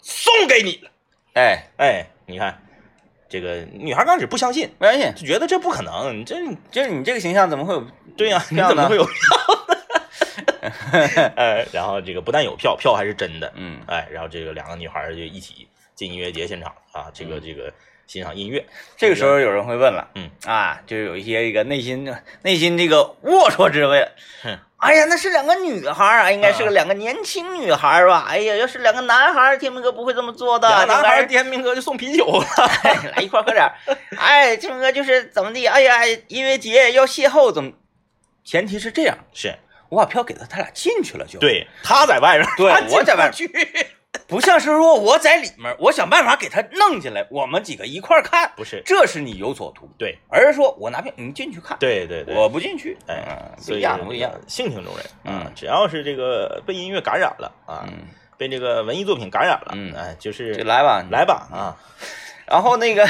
Speaker 2: 送给你了，
Speaker 1: 哎，
Speaker 2: 哎，你看这个女孩刚开始不相信，
Speaker 1: 没关系，
Speaker 2: 就觉得这不可能，你这
Speaker 1: 就是你这个形象怎么会有？
Speaker 2: 对呀、你
Speaker 1: 这样
Speaker 2: 怎么
Speaker 1: 呢
Speaker 2: 会有票呢？ 呃，然后这个不但有票，票还是真的，
Speaker 1: 嗯，
Speaker 2: 哎，然后这个两个女孩儿就一起进音乐节现场啊，这
Speaker 1: 嗯
Speaker 2: 个这个欣赏音乐，
Speaker 1: 这个时候有人会问了，
Speaker 2: 嗯
Speaker 1: 啊，就是有一些这个内心内心这个龌龊之问
Speaker 2: 哼。嗯
Speaker 1: 哎呀，那是两个女孩儿啊，应该是个两个年轻女孩儿吧？哎呀，要是两个男孩儿，天明哥不会这么做的。
Speaker 2: 两个男孩儿
Speaker 1: 应
Speaker 2: 天明哥就送啤酒了，
Speaker 1: 该是 来一块儿喝点儿。哎，天明哥就是怎么地？哎呀，音乐节要邂逅怎么？前提是这样，
Speaker 2: 是
Speaker 1: 我把票给他，他俩进去了就。，
Speaker 2: 对，他在外面，
Speaker 1: 对
Speaker 2: 他进
Speaker 1: 我在外
Speaker 2: 不去，
Speaker 1: 不像是说我在里面，我想办法给他弄进来，我们几个一块儿看，
Speaker 2: 不是，
Speaker 1: 这是你有所图。
Speaker 2: 对
Speaker 1: 而是说我拿票，你进去看，
Speaker 2: 对对对，
Speaker 1: 我不进去。
Speaker 2: 哎
Speaker 1: 嗯，不
Speaker 2: 所
Speaker 1: 一
Speaker 2: 以
Speaker 1: 样，
Speaker 2: 这
Speaker 1: 不一
Speaker 2: 个
Speaker 1: 样。
Speaker 2: 性情中人啊
Speaker 1: 嗯，
Speaker 2: 只要是这个被音乐感染了啊，
Speaker 1: 嗯，
Speaker 2: 被这个文艺作品感染了，
Speaker 1: 嗯
Speaker 2: 哎，就
Speaker 1: 就是来吧，。
Speaker 2: 来吧啊，
Speaker 1: 然后那个，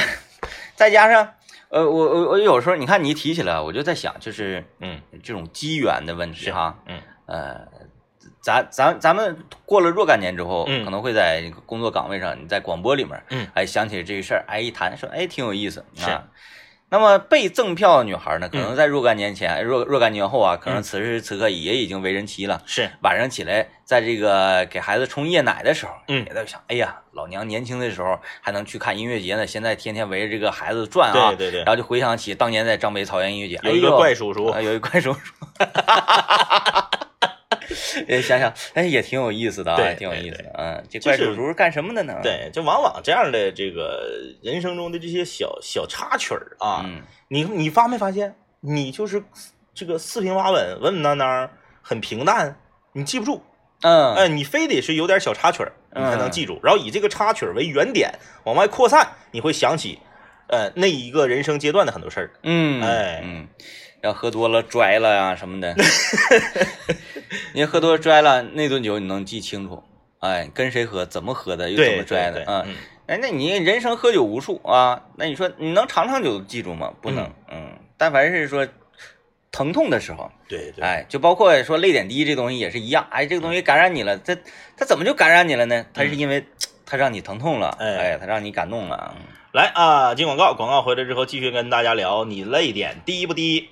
Speaker 1: 再加上，呃，我我我有时候你看你一提起来，我就在想，就是
Speaker 2: 嗯，
Speaker 1: 这种机缘的问题哈，
Speaker 2: 嗯，
Speaker 1: 呃。咱咱咱们过了若干年之后，
Speaker 2: 嗯
Speaker 1: 可能会在这个工作岗位上，你在广播里面，
Speaker 2: 嗯，
Speaker 1: 哎，想起这个事儿，哎，一谈说，哎，挺有意思。
Speaker 2: 是
Speaker 1: 啊，那么被赠票的女孩呢，可能
Speaker 2: 嗯
Speaker 1: 在若干年前、若若干年后啊，可能此时此刻也已经为人妻了。
Speaker 2: 是，
Speaker 1: 晚上起来，在这个给孩子冲夜奶的时候，
Speaker 2: 嗯
Speaker 1: 也在想，哎呀，老娘年轻的时候还能去看音乐节呢，现在天天围着这个孩子转啊，
Speaker 2: 对对对
Speaker 1: 然，后就回想起当年在张北草原音乐节，
Speaker 2: 有一
Speaker 1: 哎
Speaker 2: 个
Speaker 1: 呦
Speaker 2: 怪叔叔
Speaker 1: 啊，有一怪叔叔，哎，想想，哎，也挺有意思的啊，
Speaker 2: 对
Speaker 1: 也挺有
Speaker 2: 对
Speaker 1: 意思的
Speaker 2: 对，
Speaker 1: 嗯，这
Speaker 2: 就
Speaker 1: 怪叔
Speaker 2: 是
Speaker 1: 叔是干什么的呢？，
Speaker 2: 对，就往往这样的这个人生中的这些小小插曲儿啊，
Speaker 1: 嗯，
Speaker 2: 你你发没发现，你就是这个四平八稳、稳稳当当、很平淡，你记不住，
Speaker 1: 嗯，
Speaker 2: 哎，你非得是有点小插曲儿，你才能
Speaker 1: 嗯
Speaker 2: 记住，然后以这个插曲儿为原点往外扩散，你会想起，呃，那一个人生阶段的很多事儿。
Speaker 1: 嗯，
Speaker 2: 哎
Speaker 1: 嗯，要喝多了拽了呀、什么的， 你喝多了拽了那顿酒你能记清楚，哎，跟谁喝，怎么喝的，又怎
Speaker 2: 对，
Speaker 1: 么拽
Speaker 2: 对
Speaker 1: 的，
Speaker 2: 对嗯
Speaker 1: 啊？哎，那你人生喝酒无数啊，那你说你能长长久记住吗？不能，嗯，但凡是说。疼痛的时候，
Speaker 2: 对对，
Speaker 1: 哎，就包括说泪点低这东西也是一样，哎，这个东西感染你了，它它怎么就感染你了呢？它是因为它让你疼痛了，
Speaker 2: 嗯哎
Speaker 1: 哎，它让你感动了，嗯
Speaker 2: 来啊，进广告，广告回来之后继续跟大家聊，你泪点低不低？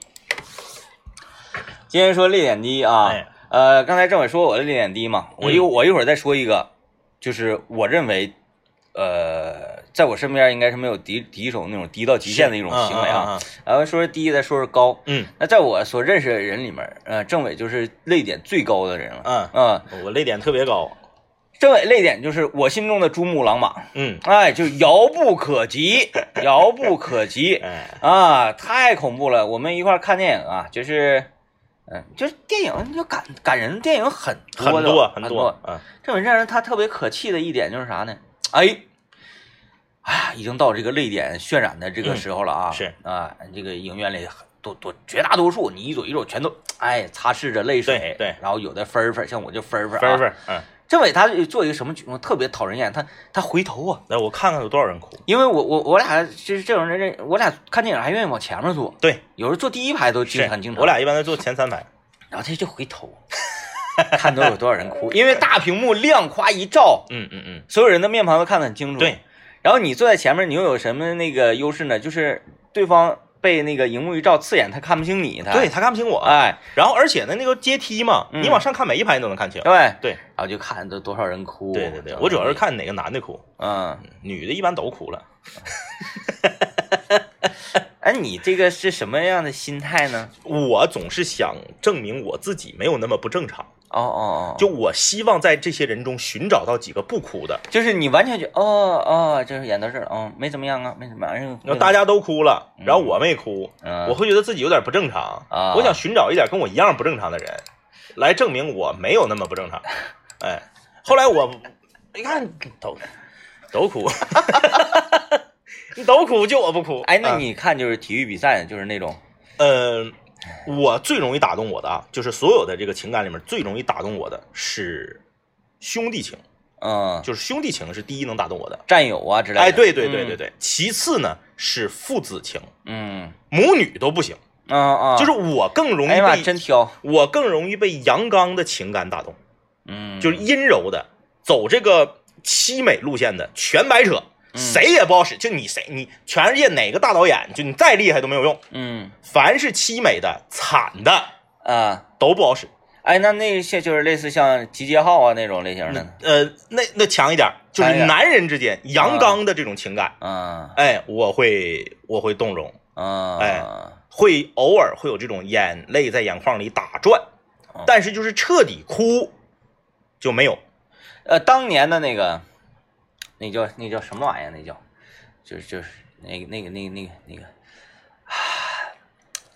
Speaker 1: 今天说泪点低啊，
Speaker 2: 哎
Speaker 1: 呃，刚才政委说我的泪点低嘛，我一、
Speaker 2: 嗯
Speaker 1: 我一会儿再说一个，就是我认为，呃，在我身边应该是没有敌敌手那种低到极限的一种行为
Speaker 2: 啊
Speaker 1: 啊。，然后说说低，再说说高。
Speaker 2: 嗯
Speaker 1: 那在我所认识的人里面，呃，政委就是泪点最高的人了。
Speaker 2: 嗯
Speaker 1: 嗯，
Speaker 2: 嗯，我泪点特别高，
Speaker 1: 政委泪点就是我心中的珠穆朗玛，
Speaker 2: 嗯，
Speaker 1: 哎，就遥不可及，遥不可及。
Speaker 2: 哎。
Speaker 1: 啊，太恐怖了！我们一块儿看电影啊，就是，嗯，就是电影就感感人的电影很
Speaker 2: 很
Speaker 1: 多的
Speaker 2: 多
Speaker 1: 很
Speaker 2: 很多，嗯，
Speaker 1: 这种让人他特别可气的一点就是啥呢？哎，啊，已经到这个泪点渲染的这个时候了啊！
Speaker 2: 嗯是
Speaker 1: 啊，这个影院里很多多绝大多数，你一左一右全都哎擦拭着泪水，
Speaker 2: 对对
Speaker 1: 然后有的分儿分儿，像我就分儿分儿、啊，
Speaker 2: 分儿分儿，嗯，
Speaker 1: 政委他做一个什么举动特别讨人厌，他他回头啊，
Speaker 2: 来我看看有多少人哭。
Speaker 1: 因为我我我俩就是这种人，我俩看电影还愿意往前面坐，
Speaker 2: 对，
Speaker 1: 有时候坐第一排都经
Speaker 2: 是
Speaker 1: 常经常。
Speaker 2: 我俩一般都坐前三排。
Speaker 1: 然后他就回 头，看都有多少人哭，因为大屏幕亮夸一照，
Speaker 2: 嗯嗯嗯，
Speaker 1: 所有人的面庞都看得很清楚。
Speaker 2: 对，
Speaker 1: 然后你坐在前面，你又有什么那个优势呢？就是对方被那个荧幕一照刺眼，他看不清你，他
Speaker 2: 对，他看不清我。
Speaker 1: 哎，
Speaker 2: 然后而且呢，那个阶梯嘛，
Speaker 1: 啊嗯哦
Speaker 2: 你往上看每一排你都能看清。
Speaker 1: 对，然
Speaker 2: 对
Speaker 1: 后就看都多少人哭。
Speaker 2: 对对对，我主要是，看哪个男的哭，
Speaker 1: 嗯，
Speaker 2: 女的一般都哭了。
Speaker 1: 哎，你这个是什么样的心态呢？
Speaker 2: 我总是想证明我自己没有那么不正常，
Speaker 1: 哦哦哦，
Speaker 2: 就我希望在这些人中寻找到几个不哭的。
Speaker 1: 就是你完全觉哦哦，就是演到这儿了，嗯，没怎么样啊，没怎么样，哎呦
Speaker 2: 然后大家都哭了，然后我没哭，
Speaker 1: 嗯
Speaker 2: 我会觉得自己有点不正常。
Speaker 1: 啊
Speaker 2: 我想寻找一点跟我一样不正常的人，来证明我没有那么不正常。哎，后来我一看都都哭， 都哭就我不哭。
Speaker 1: 哎，那
Speaker 2: 啊
Speaker 1: 你看就是体育比赛，就是那种
Speaker 2: 呃，我最容易打动我的啊，就是所有的这个情感里面最容易打动我的是兄弟情，
Speaker 1: 嗯，
Speaker 2: 就是兄弟情是第一能打动我的。
Speaker 1: 战友啊之类的。
Speaker 2: 哎，对对对对
Speaker 1: 对，
Speaker 2: 对，其次呢是父子情，
Speaker 1: 嗯
Speaker 2: 母女都不行。
Speaker 1: 嗯啊，
Speaker 2: 就是我更容易
Speaker 1: 哎呀妈，
Speaker 2: 被
Speaker 1: 真挑，
Speaker 2: 我更容易被阳刚的情感打动，
Speaker 1: 嗯，
Speaker 2: 就是阴柔的，走这个凄美路线的全白扯，
Speaker 1: 嗯
Speaker 2: 谁也不好使。就你谁，你全世界哪个大导演，就你再厉害都没有用。
Speaker 1: 嗯
Speaker 2: 凡是凄美的、惨的
Speaker 1: 啊。
Speaker 2: 都不好使。
Speaker 1: 哎，那那些就是类似像集结号啊那种类型的呢，
Speaker 2: 呃，那那强一点，就是
Speaker 1: 强一点
Speaker 2: 男人之间阳刚的这种情感，
Speaker 1: 啊
Speaker 2: 哎，我会我会动容，
Speaker 1: 啊，
Speaker 2: 哎会偶尔会有这种眼泪在眼眶里打转
Speaker 1: 哦，
Speaker 2: 但是就是彻底哭就没有。
Speaker 1: 呃，当年的那个，那叫那叫什么玩意儿？那叫，就是就是那个那个那个那个那个，啊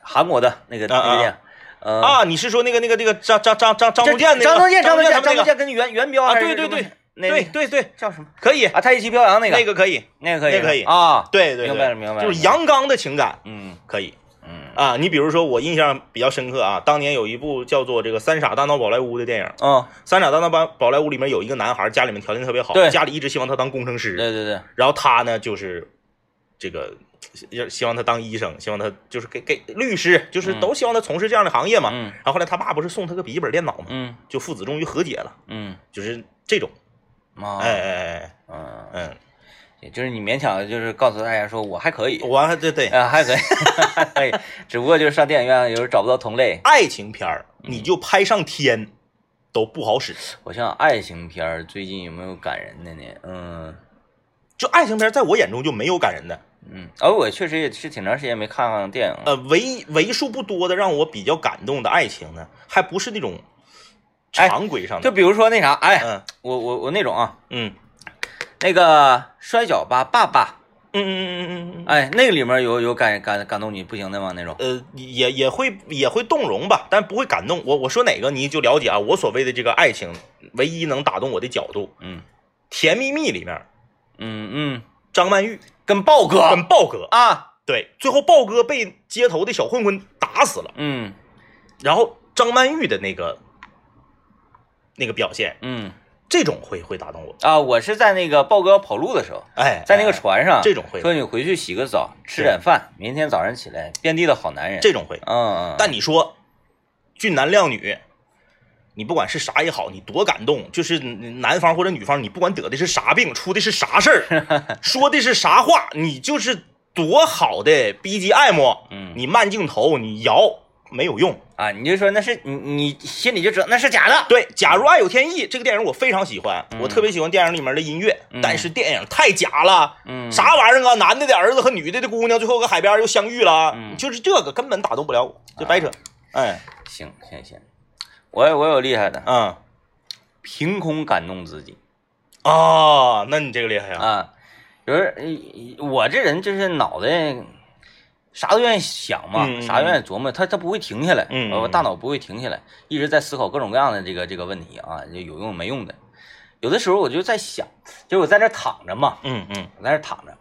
Speaker 1: 韩国的那个
Speaker 2: 啊啊
Speaker 1: 那个电影，呃，
Speaker 2: 啊，你是说那个那个这个张张张张张
Speaker 1: 这
Speaker 2: 无忌那个
Speaker 1: 张东健，
Speaker 2: 张
Speaker 1: 张东
Speaker 2: 无忌
Speaker 1: 健，张
Speaker 2: 他们那
Speaker 1: 东
Speaker 2: 个
Speaker 1: 健跟袁袁彪
Speaker 2: 啊
Speaker 1: 还是
Speaker 2: 对对
Speaker 1: 什么
Speaker 2: 对
Speaker 1: 那
Speaker 2: 对
Speaker 1: 那
Speaker 2: 对对，
Speaker 1: 叫什么
Speaker 2: 可以，
Speaker 1: 啊？太极旗飘扬那个
Speaker 2: 那个可以，
Speaker 1: 那个可以
Speaker 2: 那可以
Speaker 1: 啊，
Speaker 2: 对对，对
Speaker 1: 明白了明白了
Speaker 2: 就是阳刚的情感
Speaker 1: 嗯
Speaker 2: 可以
Speaker 1: 嗯
Speaker 2: 啊。你比如说，我印象比较深刻啊，当年有一部叫做《这个三傻大闹宝莱坞》的电影，《
Speaker 1: 哦，
Speaker 2: 三傻大闹宝宝莱坞》里面有一个男孩，家里面条件特别好，
Speaker 1: 对
Speaker 2: 家里一直希望他当工程师，
Speaker 1: 对对对，
Speaker 2: 然后他呢就是这个。要希望他当医生，希望他就是给给律师，就是
Speaker 1: 嗯
Speaker 2: 都希望他从事这样的行业嘛。
Speaker 1: 嗯
Speaker 2: 然后后来他爸不是送他个笔记本电脑嘛，
Speaker 1: 嗯
Speaker 2: 就父子终于和解了，
Speaker 1: 嗯
Speaker 2: 就是这种。
Speaker 1: 啊，
Speaker 2: 哎哎
Speaker 1: 嗯
Speaker 2: 哎，。哎
Speaker 1: 也就是你勉强就是告诉大家说我还可以
Speaker 2: 嗯，，我还对对，
Speaker 1: 啊，还可以， 还可以，只不过就是上电影院有时候找不到同类。
Speaker 2: 爱情片儿你就拍上天都不好使。
Speaker 1: 我想想爱情片儿最近有没有感人的呢？嗯
Speaker 2: 就爱情片，在我眼中就没有感人的，
Speaker 1: 嗯，而我确实也是挺长时间没看上电影了。
Speaker 2: 呃，为为数不多的让我比较感动的爱情呢，还不是那种
Speaker 1: 哎
Speaker 2: 常规上的。
Speaker 1: 就比如说那啥，哎，
Speaker 2: 嗯
Speaker 1: 我我我那种啊，
Speaker 2: 嗯
Speaker 1: 那个摔跤吧爸爸，
Speaker 2: 嗯嗯嗯嗯嗯，
Speaker 1: 哎，那个里面有有感感感动你不行的吗？那种
Speaker 2: 呃，也也会也会动容吧，但不会感动。我我说哪个你就了解啊。我所谓的这个爱情，唯一能打动我的角度，
Speaker 1: 嗯
Speaker 2: 《甜蜜蜜》里面
Speaker 1: 嗯嗯，
Speaker 2: 张曼玉
Speaker 1: 跟豹哥
Speaker 2: 跟豹哥，
Speaker 1: 啊，
Speaker 2: 对，最后豹哥被街头的小混混打死了。
Speaker 1: 嗯
Speaker 2: 然后张曼玉的那个那个表现，
Speaker 1: 嗯
Speaker 2: 这种会会打动我。
Speaker 1: 啊，我是在那个豹哥跑路的时候，
Speaker 2: 哎，
Speaker 1: 在那个
Speaker 2: 哎
Speaker 1: 船上，
Speaker 2: 这种会
Speaker 1: 说你回去洗个澡，吃
Speaker 2: 是
Speaker 1: 点饭，明天早上起来遍地的好男人。
Speaker 2: 这种会。
Speaker 1: 嗯，嗯
Speaker 2: 但你说俊男靓女，你不管是啥也好，你多感动，就是男方或者女方，你不管得的是啥病，出的是啥 事儿，说的是啥话，你就是多好的 BGM，
Speaker 1: 嗯
Speaker 2: 你慢镜头，你摇没有用。
Speaker 1: 啊，你就说那是你你心里就知道那是假的。
Speaker 2: 对，假如爱有天意这个电影我非常喜欢，我特别喜欢电影里面的音乐，
Speaker 1: 嗯
Speaker 2: 但是电影太假了，
Speaker 1: 嗯
Speaker 2: 啥玩意儿啊？男的的儿子和女的的姑娘最后搁海边又相遇了，
Speaker 1: 嗯
Speaker 2: 就是这个根本打动不了我，就白扯。哎，
Speaker 1: 行行行，我有我有厉害的，
Speaker 2: 嗯
Speaker 1: 凭空感动自己
Speaker 2: 啊，那你这个厉害啊！
Speaker 1: 啊。有人呃我这人就是脑袋啥都愿意想嘛，
Speaker 2: 嗯嗯
Speaker 1: 啥愿意琢磨，他他不会停下来，呃
Speaker 2: 嗯嗯
Speaker 1: 我我大脑不会停下来，一直在思考各种各样的这个这个问题啊，就有用没用的。有的时候我就在想，就是我在那躺着嘛，
Speaker 2: 嗯嗯
Speaker 1: 我在那躺着，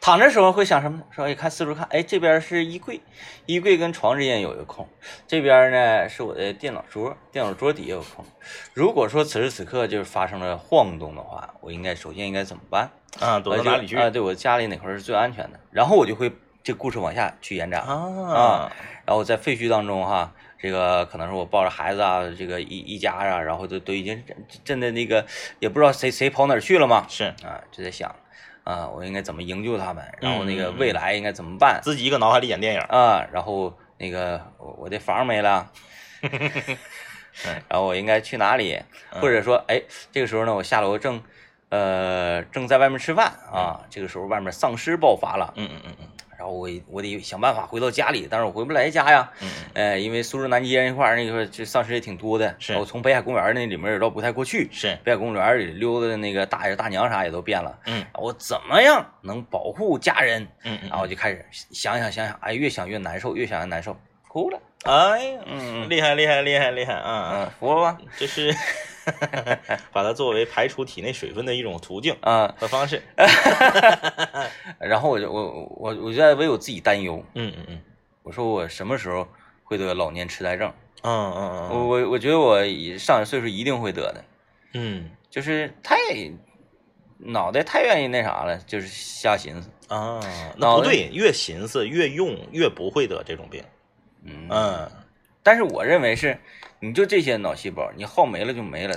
Speaker 1: 躺着时候会想什么？说一看四处看，哎，这边是衣柜，衣柜跟床之间有一个空，这边呢是我的电脑桌，电脑桌底下有空。如果说此时此刻就是发生了晃动的话，我应该首先应该怎么办？
Speaker 2: 啊，躲到
Speaker 1: 我就
Speaker 2: 哪里去
Speaker 1: 啊、对我家里哪块儿是最安全的？然后我就会这故事往下去延展。
Speaker 2: 啊？
Speaker 1: 然后在废墟当中哈，这个可能是我抱着孩子啊，这个一一家啊，然后都都已经震震的那个也不知道谁谁跑哪儿去了嘛，
Speaker 2: 是
Speaker 1: 啊，就在想啊，我应该怎么营救他们，然后那个
Speaker 2: 嗯嗯
Speaker 1: 未来应该怎么办、
Speaker 2: 自己搁脑海里演电影，
Speaker 1: 啊，然后那个我我的房没 了。然后我应该去哪里？
Speaker 2: 嗯
Speaker 1: 或者说，哎，这个时候呢，我下楼正，呃，正在外面吃饭
Speaker 2: 嗯
Speaker 1: 啊。这个时候外面丧尸爆发了，
Speaker 2: 嗯嗯嗯嗯
Speaker 1: 然后我我得想办法回到家里，但是我回不来家呀。
Speaker 2: 嗯嗯，
Speaker 1: 呃，因为苏州南街那块儿那块儿就丧尸也挺多的，
Speaker 2: 是
Speaker 1: 我从北海公园儿那里面也绕不太过去，
Speaker 2: 是，
Speaker 1: 北海公园儿里溜达的那个大爷大娘啥也都变了。
Speaker 2: 嗯
Speaker 1: 我怎么样能保护家人？
Speaker 2: 嗯嗯
Speaker 1: 然后我就开始想想想想，哎，越想越难受，越想越难受，哭了。
Speaker 2: 哎呀，
Speaker 1: 嗯嗯
Speaker 2: 厉害厉害厉害厉害啊！
Speaker 1: 嗯，服了吧？
Speaker 2: 这是把它作为排除体内水分的一种途径
Speaker 1: 啊、
Speaker 2: 和方式。
Speaker 1: 然后我就我我我就在为我自己担忧，
Speaker 2: 嗯嗯嗯
Speaker 1: 我说我什么时候会得老年痴呆症？
Speaker 2: 嗯嗯
Speaker 1: 我
Speaker 2: 嗯
Speaker 1: 我我觉得我一上了岁数一定会得的。
Speaker 2: 嗯
Speaker 1: 就是太脑袋太愿意那啥了，就是瞎寻思。
Speaker 2: 嗯啊，那
Speaker 1: 脑
Speaker 2: 不
Speaker 1: 袋
Speaker 2: 对，越寻思越用越不会得这种病。
Speaker 1: 嗯，
Speaker 2: 嗯，
Speaker 1: 但是我认为是，你就这些脑细胞，你耗没了就没了。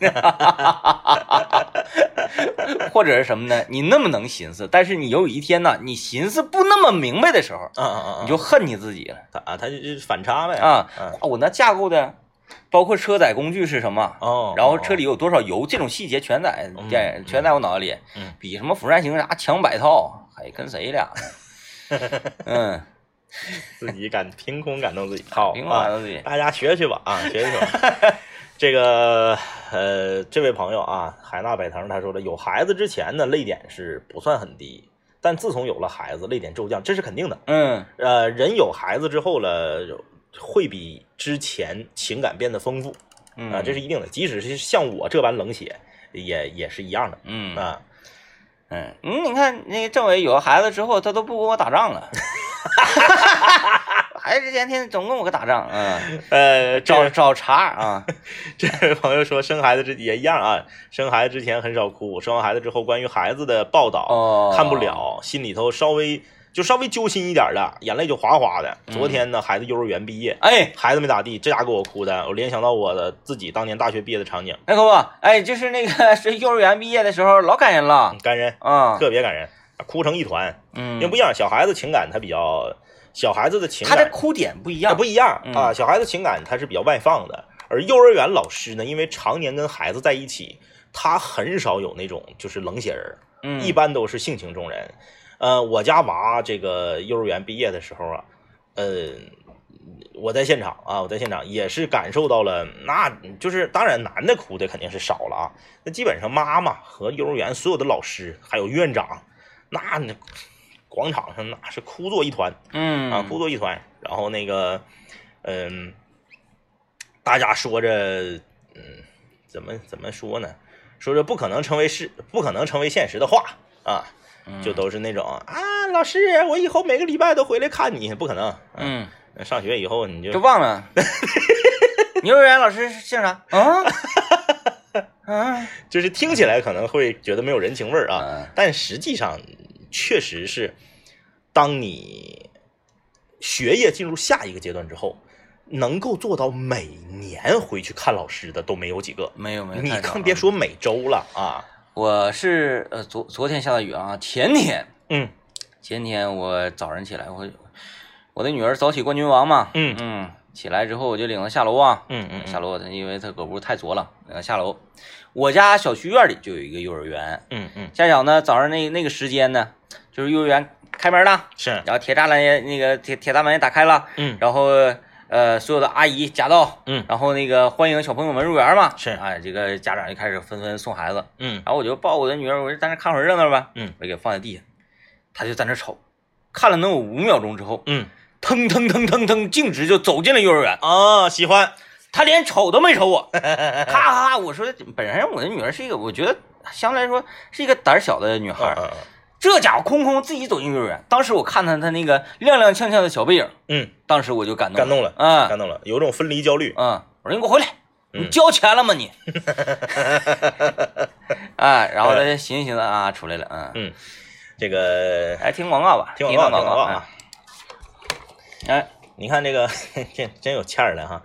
Speaker 1: 它 或者是什么呢？你那么能寻思，但是你有一天呢，你寻思不那么明白的时候，
Speaker 2: 啊啊啊！
Speaker 1: 你就恨你自己了
Speaker 2: 它啊，它就是反差呗。
Speaker 1: 啊！
Speaker 2: 嗯
Speaker 1: 啊我那架构的，包括车载工具是什么，
Speaker 2: 哦，
Speaker 1: 然后车里有多少油，这种细节全在
Speaker 2: 嗯
Speaker 1: 电影
Speaker 2: 嗯
Speaker 1: 全在我脑袋里，
Speaker 2: 嗯
Speaker 1: 比什么釜山行啥强百 套，还跟谁俩呢？嗯，
Speaker 2: 自己感凭空感动自己，好
Speaker 1: 平
Speaker 2: 啊
Speaker 1: 凡的自己，
Speaker 2: 大家学学吧啊，学学吧。 这个呃，这位朋友啊，海纳百腾，他说了，有孩子之前呢，泪点是不算很低，但自从有了孩子，泪点骤降，这是肯定的。
Speaker 1: 嗯
Speaker 2: 呃，人有孩子之后了，会比之前情感变得丰富
Speaker 1: 嗯
Speaker 2: 啊、这是一定的。即使是像我这般冷血，也也是一样的
Speaker 1: 嗯
Speaker 2: 啊。
Speaker 1: 嗯嗯，你看那个政委有了孩子之后，他都不跟我打仗 了，孩子之前天天总跟我个打仗，嗯，
Speaker 2: 呃，这
Speaker 1: 找找茬儿啊，
Speaker 2: 这位 朋友说，生孩子之也一样啊，生孩子之前很少哭，生完孩子之后，关于孩子的报 道、
Speaker 1: 哦，
Speaker 2: 看不，了，心里头稍微就稍微揪心一点的，眼泪就哗哗的。
Speaker 1: 嗯
Speaker 2: 昨天呢，孩子幼儿园毕业，
Speaker 1: 哎，
Speaker 2: 孩子没咋地，这家给我哭的，我联想到我的自己当年大学毕业的场景，
Speaker 1: 那可不，哎，就是那个 是幼儿园毕业的时候老感人了
Speaker 2: 感人，
Speaker 1: 啊，
Speaker 2: 特别感人，哭成一团。
Speaker 1: 嗯
Speaker 2: 因为，不一样，小孩子情感他比较，小孩子的情
Speaker 1: 他的
Speaker 2: 感
Speaker 1: 哭点不一
Speaker 2: 他
Speaker 1: 样，
Speaker 2: 不一样
Speaker 1: 嗯
Speaker 2: 啊，小孩子情感他是比较外放的，而幼儿园老师呢，因为常年跟孩子在一起，他很少有那种就是冷血人儿。
Speaker 1: 嗯
Speaker 2: 一般都是性情中人。呃，我家娃这个幼儿园毕业的时候啊，呃，我在现场啊，我在现场也是感受到了，那就是当然男的哭的肯定是少了啊，那基本上妈妈和幼儿园所有的老师还有院长，那那广场上那是哭作一团
Speaker 1: 嗯
Speaker 2: 啊，哭作一团。然后那个，嗯、大家说着，嗯，怎么怎么说呢？说着不可能成为是不可能成为现实的话啊，
Speaker 1: 嗯
Speaker 2: 就都是那种啊，老师，我以后每个礼拜都回来看你，不可能。
Speaker 1: 嗯。
Speaker 2: 上学以后你
Speaker 1: 就
Speaker 2: 就
Speaker 1: 忘 了。幼儿园老师姓啥？啊啊
Speaker 2: 就是听起来可能会觉得没有人情味儿啊，
Speaker 1: 啊！
Speaker 2: 但实际上确实是，当你学业进入下一个阶段之后，能够做到每年回去看老师的都没有几个。
Speaker 1: 没有没有，
Speaker 2: 你
Speaker 1: 太少
Speaker 2: 更
Speaker 1: 了
Speaker 2: 别，说每周了啊！
Speaker 1: 我是呃昨昨天下的雨啊，前天
Speaker 2: 嗯
Speaker 1: 前天我早晨起来，我我的女儿早起冠军王嘛，
Speaker 2: 嗯
Speaker 1: 嗯，起来之后我就领她下楼啊，
Speaker 2: 嗯嗯
Speaker 1: 下楼因为她搁屋太浊了，领她下楼。我家小区院里就有一个幼儿园，
Speaker 2: 嗯嗯，
Speaker 1: 恰巧呢早上那那个时间呢，就是幼儿园开门了，
Speaker 2: 是，
Speaker 1: 然后铁栅栏也那个铁铁栅栏也打开了。
Speaker 2: 嗯
Speaker 1: 然后呃，所有的阿姨夹道，
Speaker 2: 嗯
Speaker 1: 然后那个欢迎小朋友们入园嘛，
Speaker 2: 是
Speaker 1: 哎，这个家长就开始纷纷送孩子，
Speaker 2: 嗯
Speaker 1: 然后我就抱我的女儿，我就在那看会儿热闹呗，
Speaker 2: 嗯，
Speaker 1: 我就给放在地下，她就在那瞅，看了能有五秒钟之后，
Speaker 2: 嗯
Speaker 1: 腾腾腾腾腾，径直就走进了幼儿园，
Speaker 2: 啊，喜欢，
Speaker 1: 她连瞅都没瞅 我，咔咔咔，我说本身我的女儿是一个，我觉得相对来说是一个胆儿小的女孩儿，
Speaker 2: 嗯
Speaker 1: 这家伙空空自己走进幼儿园，当时我看他他那个踉踉跄跄的小背影，
Speaker 2: 嗯，
Speaker 1: 当时我就感动
Speaker 2: 感动了，
Speaker 1: 啊
Speaker 2: 感动了，有一种分离焦虑。
Speaker 1: 嗯，我说你给我回来，你
Speaker 2: 嗯
Speaker 1: 交钱了吗 你？ 啊，然后他就寻思寻思啊，出来了，嗯，
Speaker 2: 嗯，这个
Speaker 1: 哎，听广告吧，
Speaker 2: 听
Speaker 1: 广
Speaker 2: 广告，
Speaker 1: 广
Speaker 2: 听广告
Speaker 1: 告
Speaker 2: 啊！！
Speaker 1: 嗯哎，
Speaker 2: 你看这个， 这真有欠儿的哈。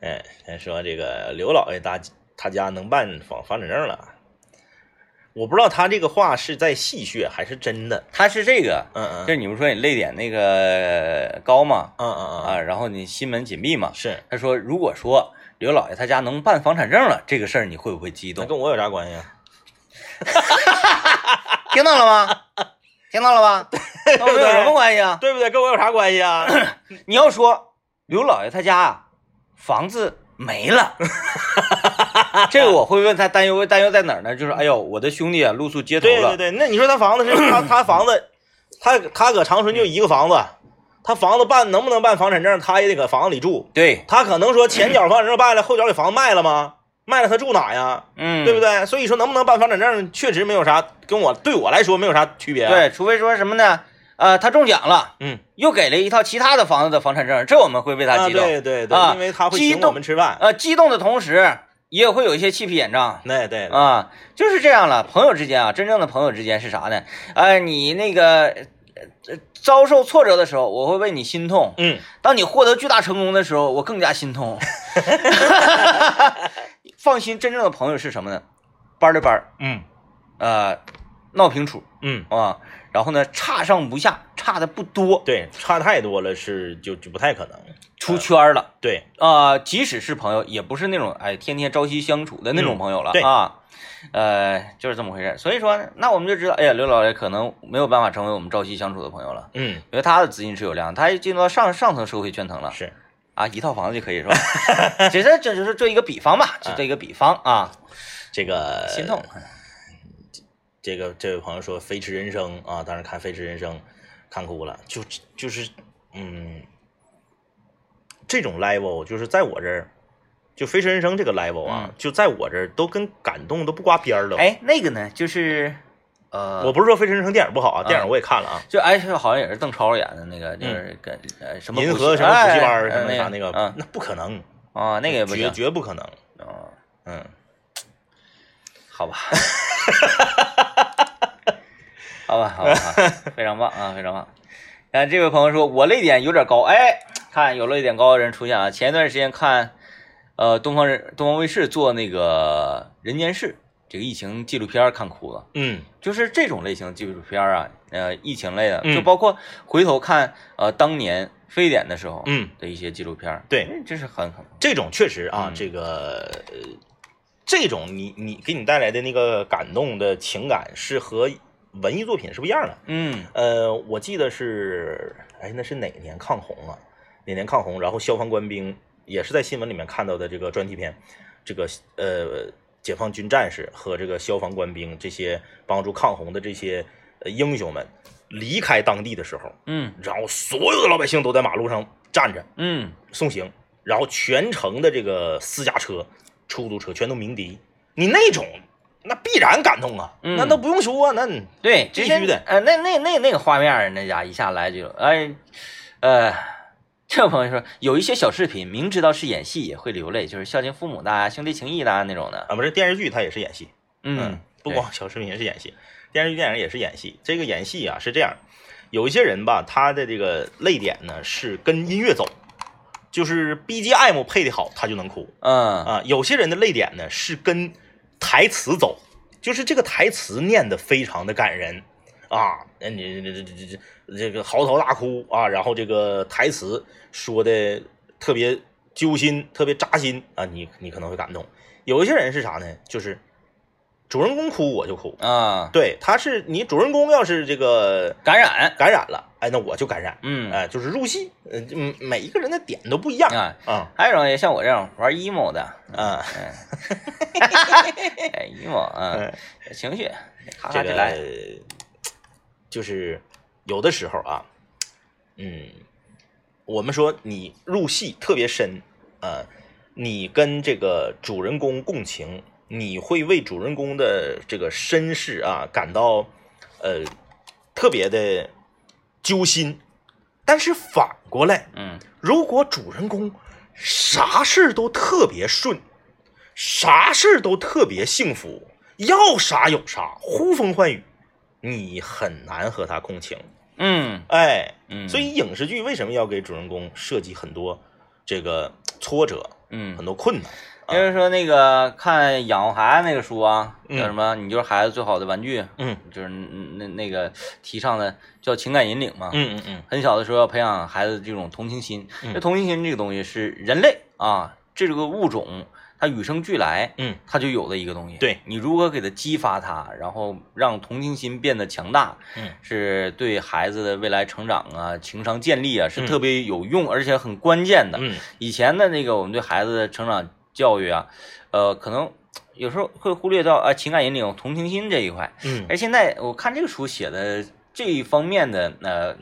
Speaker 2: 哎，说这个刘老爷他他家能办房房产证了，我不知道他这个话是在戏谑还是真的。
Speaker 1: 他是这个，
Speaker 2: 嗯嗯
Speaker 1: 就，是你不说你泪点那个高嘛，
Speaker 2: 嗯嗯嗯，
Speaker 1: 啊，然后你心门紧闭嘛。
Speaker 2: 是。
Speaker 1: 他说，如果说刘老爷他家能办房产证了，这个事儿你会不会激
Speaker 2: 那
Speaker 1: 动？
Speaker 2: 跟我有啥关系啊？
Speaker 1: 听到了吗？听到了吧？跟我们有什么关系啊？
Speaker 2: 对不对？跟我有啥关系 啊？
Speaker 1: 你要说刘老爷他家啊房子没 了，这个我会问他担忧，担忧在哪儿呢？就是哎呦，我的兄弟啊，露宿街头
Speaker 2: 对
Speaker 1: 了
Speaker 2: 对，对，那你说他房子 是他他房子，他他搁长春就一个房子，他房子办能不能办房产证，他也得搁房子里住。
Speaker 1: 对
Speaker 2: 他可能说前脚房产证办了，后脚给房子卖了吗？卖了他住哪呀？
Speaker 1: 嗯，
Speaker 2: 对不对？所以说能不能办房产证，确实没有啥跟我对我来说没有啥区别。，啊
Speaker 1: 对，除非说什么呢？呃，他中奖了，
Speaker 2: 嗯
Speaker 1: 又给了一套其他的房子的房产证，这我们会为他
Speaker 2: 啊，
Speaker 1: 激动，
Speaker 2: 对对对，
Speaker 1: 啊
Speaker 2: 因为他会
Speaker 1: 激
Speaker 2: 请我
Speaker 1: 动
Speaker 2: 们吃饭。
Speaker 1: 呃，激动的同时也会有一些气皮眼胀。
Speaker 2: 对对，
Speaker 1: 啊，就是这样了。朋友之间啊，真正的朋友之间是啥呢？呃，你那个呃遭受挫折的时候，我会为你心痛；
Speaker 2: 嗯，
Speaker 1: 当你获得巨大成功的时候，我更加心 痛。 放心，真正的朋友是什么呢？班儿对班儿，
Speaker 2: 嗯
Speaker 1: 呃，闹平处
Speaker 2: 嗯，
Speaker 1: 啊，然后呢，差上不下，差的不多，
Speaker 2: 对，差太多了是就就不太可能。嗯
Speaker 1: 出圈儿了
Speaker 2: 对，
Speaker 1: 啊、即使是朋友，也不是那种哎天天朝夕相处的那种
Speaker 2: 嗯
Speaker 1: 朋友了、
Speaker 2: 对
Speaker 1: 啊。呃，就是这么回事儿。所以说呢，那我们就知道，哎呀，刘老爷可能没有办法成为我们朝夕相处的朋友了，
Speaker 2: 嗯
Speaker 1: 因为他的资金持有量，他进入到上上层社会圈层了。
Speaker 2: 是。
Speaker 1: 啊，一套房子就可 以是吧？只是这就是做一个比方吧，只做一个比方啊，
Speaker 2: 这个
Speaker 1: 心痛。
Speaker 2: 这个这位朋友说《飞驰人生》啊，当时看《飞驰人生》看哭了，就就是嗯，这种 level 就是在我这儿，就《飞驰人生》这个 level 啊，
Speaker 1: 嗯
Speaker 2: 就在我这儿都跟感动都不挂边儿了。
Speaker 1: 哎，那个呢，就是呃，
Speaker 2: 我不是说《飞驰人生》电影不好啊，
Speaker 1: 啊
Speaker 2: 电影我也看了啊，
Speaker 1: 就哎，好像也是邓超演的那个，就是跟、呃什么
Speaker 2: 嗯银
Speaker 1: 补习
Speaker 2: 河什么补习班
Speaker 1: 哎
Speaker 2: 儿什么
Speaker 1: 哎
Speaker 2: 啥那个，
Speaker 1: 嗯
Speaker 2: 那不可能，
Speaker 1: 啊，那个也不
Speaker 2: 绝
Speaker 1: 行，
Speaker 2: 绝不可能。
Speaker 1: 啊
Speaker 2: 嗯，
Speaker 1: 好吧， 好吧，好吧，好吧非常棒啊，非常棒。看这位朋友说，我泪点有点高，哎，看有泪点高的人出现啊。前一段时间看，呃，东方人东方卫视做那个《人间世》这个疫情纪录片儿看哭了，
Speaker 2: 嗯，
Speaker 1: 就是这种类型的纪录片儿啊，呃，疫情类的，
Speaker 2: 嗯
Speaker 1: 就包括回头看呃当年非典的时候，
Speaker 2: 嗯
Speaker 1: 的一些纪录片儿，
Speaker 2: 对
Speaker 1: 嗯，这是很很
Speaker 2: 这种确实啊，
Speaker 1: 嗯
Speaker 2: 这个呃这种你你给你带来的那个感动的情感是和文艺作品是不一样的。
Speaker 1: 嗯
Speaker 2: 呃，我记得是，哎，那是哪年抗洪啊？哪年抗洪？然后消防官兵也是在新闻里面看到的这个专题片，这个呃，解放军战士和这个消防官兵这些帮助抗洪的这些呃英雄们离开当地的时候，
Speaker 1: 嗯
Speaker 2: 然后所有的老百姓都在马路上站着
Speaker 1: 嗯，
Speaker 2: 送行，然后全程的这个私家车、出租车全都鸣笛，你那种那必然感动啊，
Speaker 1: 嗯
Speaker 2: 那都不用说，那你
Speaker 1: 对，
Speaker 2: 必
Speaker 1: 直接
Speaker 2: 须的
Speaker 1: 呃，那那那那个画面儿，那家一下来就，哎，呃，这位朋友说，有一些小视频，明知道是演戏也会流泪，就是孝敬父母的啊、兄弟情谊的啊那种的。
Speaker 2: 啊不是电视剧，它也是演戏。
Speaker 1: 嗯，
Speaker 2: 不
Speaker 1: 对
Speaker 2: 光小视频是演戏，电视剧、电影也是演戏。这个演戏啊是这样，有一些人吧，他的这个泪点呢是跟音乐走，就是 BGM 配的好，他就能哭
Speaker 1: 嗯
Speaker 2: 啊。有些人的泪点呢是跟台词走，就是这个台词念的非常的感人啊，那你这这这这这这个嚎啕大哭啊，然后这个台词说的特别揪心，特别扎心啊，你你可能会感动。有一些人是啥呢？就是主人公哭我就哭，
Speaker 1: 啊，
Speaker 2: 对，他是你主人公要是这个
Speaker 1: 感染，
Speaker 2: 感染了，哎，那我就感染，
Speaker 1: 嗯
Speaker 2: 哎，就是入戏，呃嗯，每一个人的点都不一样
Speaker 1: 啊，
Speaker 2: 啊
Speaker 1: 还有一种也像我这样玩 emo 的，
Speaker 2: 啊，
Speaker 1: 嗯，哎，emo，嗯，
Speaker 2: 哎
Speaker 1: 情绪，咔
Speaker 2: 这
Speaker 1: 咔就来，
Speaker 2: 个就是有的时候啊，嗯，我们说你入戏特别深，呃，你跟这个主人公共情，你会为主人公的这个身世啊感到呃特别的揪心。但是反过来，
Speaker 1: 嗯，
Speaker 2: 如果主人公啥事儿都特别顺，啥事儿都特别幸福，要啥有啥，呼风唤雨，你很难和他共情。
Speaker 1: 嗯
Speaker 2: 哎，
Speaker 1: 嗯
Speaker 2: 所以影视剧为什么要给主人公设计很多这个挫折、
Speaker 1: 嗯
Speaker 2: 很，多困难？
Speaker 1: 就是说那个看养活孩子那个书啊，
Speaker 2: 嗯
Speaker 1: 叫什么？你就是孩子最好的玩具，
Speaker 2: 嗯
Speaker 1: 就是那那那个提倡的叫情感引领嘛。
Speaker 2: 嗯嗯嗯，
Speaker 1: 很小的时候要培养孩子这种同情心。
Speaker 2: 嗯
Speaker 1: 这同情心这个东西是人类啊，这个物种它与生俱来，
Speaker 2: 嗯，
Speaker 1: 它就有的一个东西。
Speaker 2: 对
Speaker 1: 你如何给它激发它，然后让同情心变得强大，
Speaker 2: 嗯，
Speaker 1: 是对孩子的未来成长啊、情商建立啊
Speaker 2: 嗯
Speaker 1: 是特别有用，而且很关键的。
Speaker 2: 嗯
Speaker 1: 以前的那个我们对孩子的成长教育啊，呃，可能有时候会忽略到啊、情感引领、同情心这一块。
Speaker 2: 嗯
Speaker 1: 而现在我看这个书写的这一方面的呃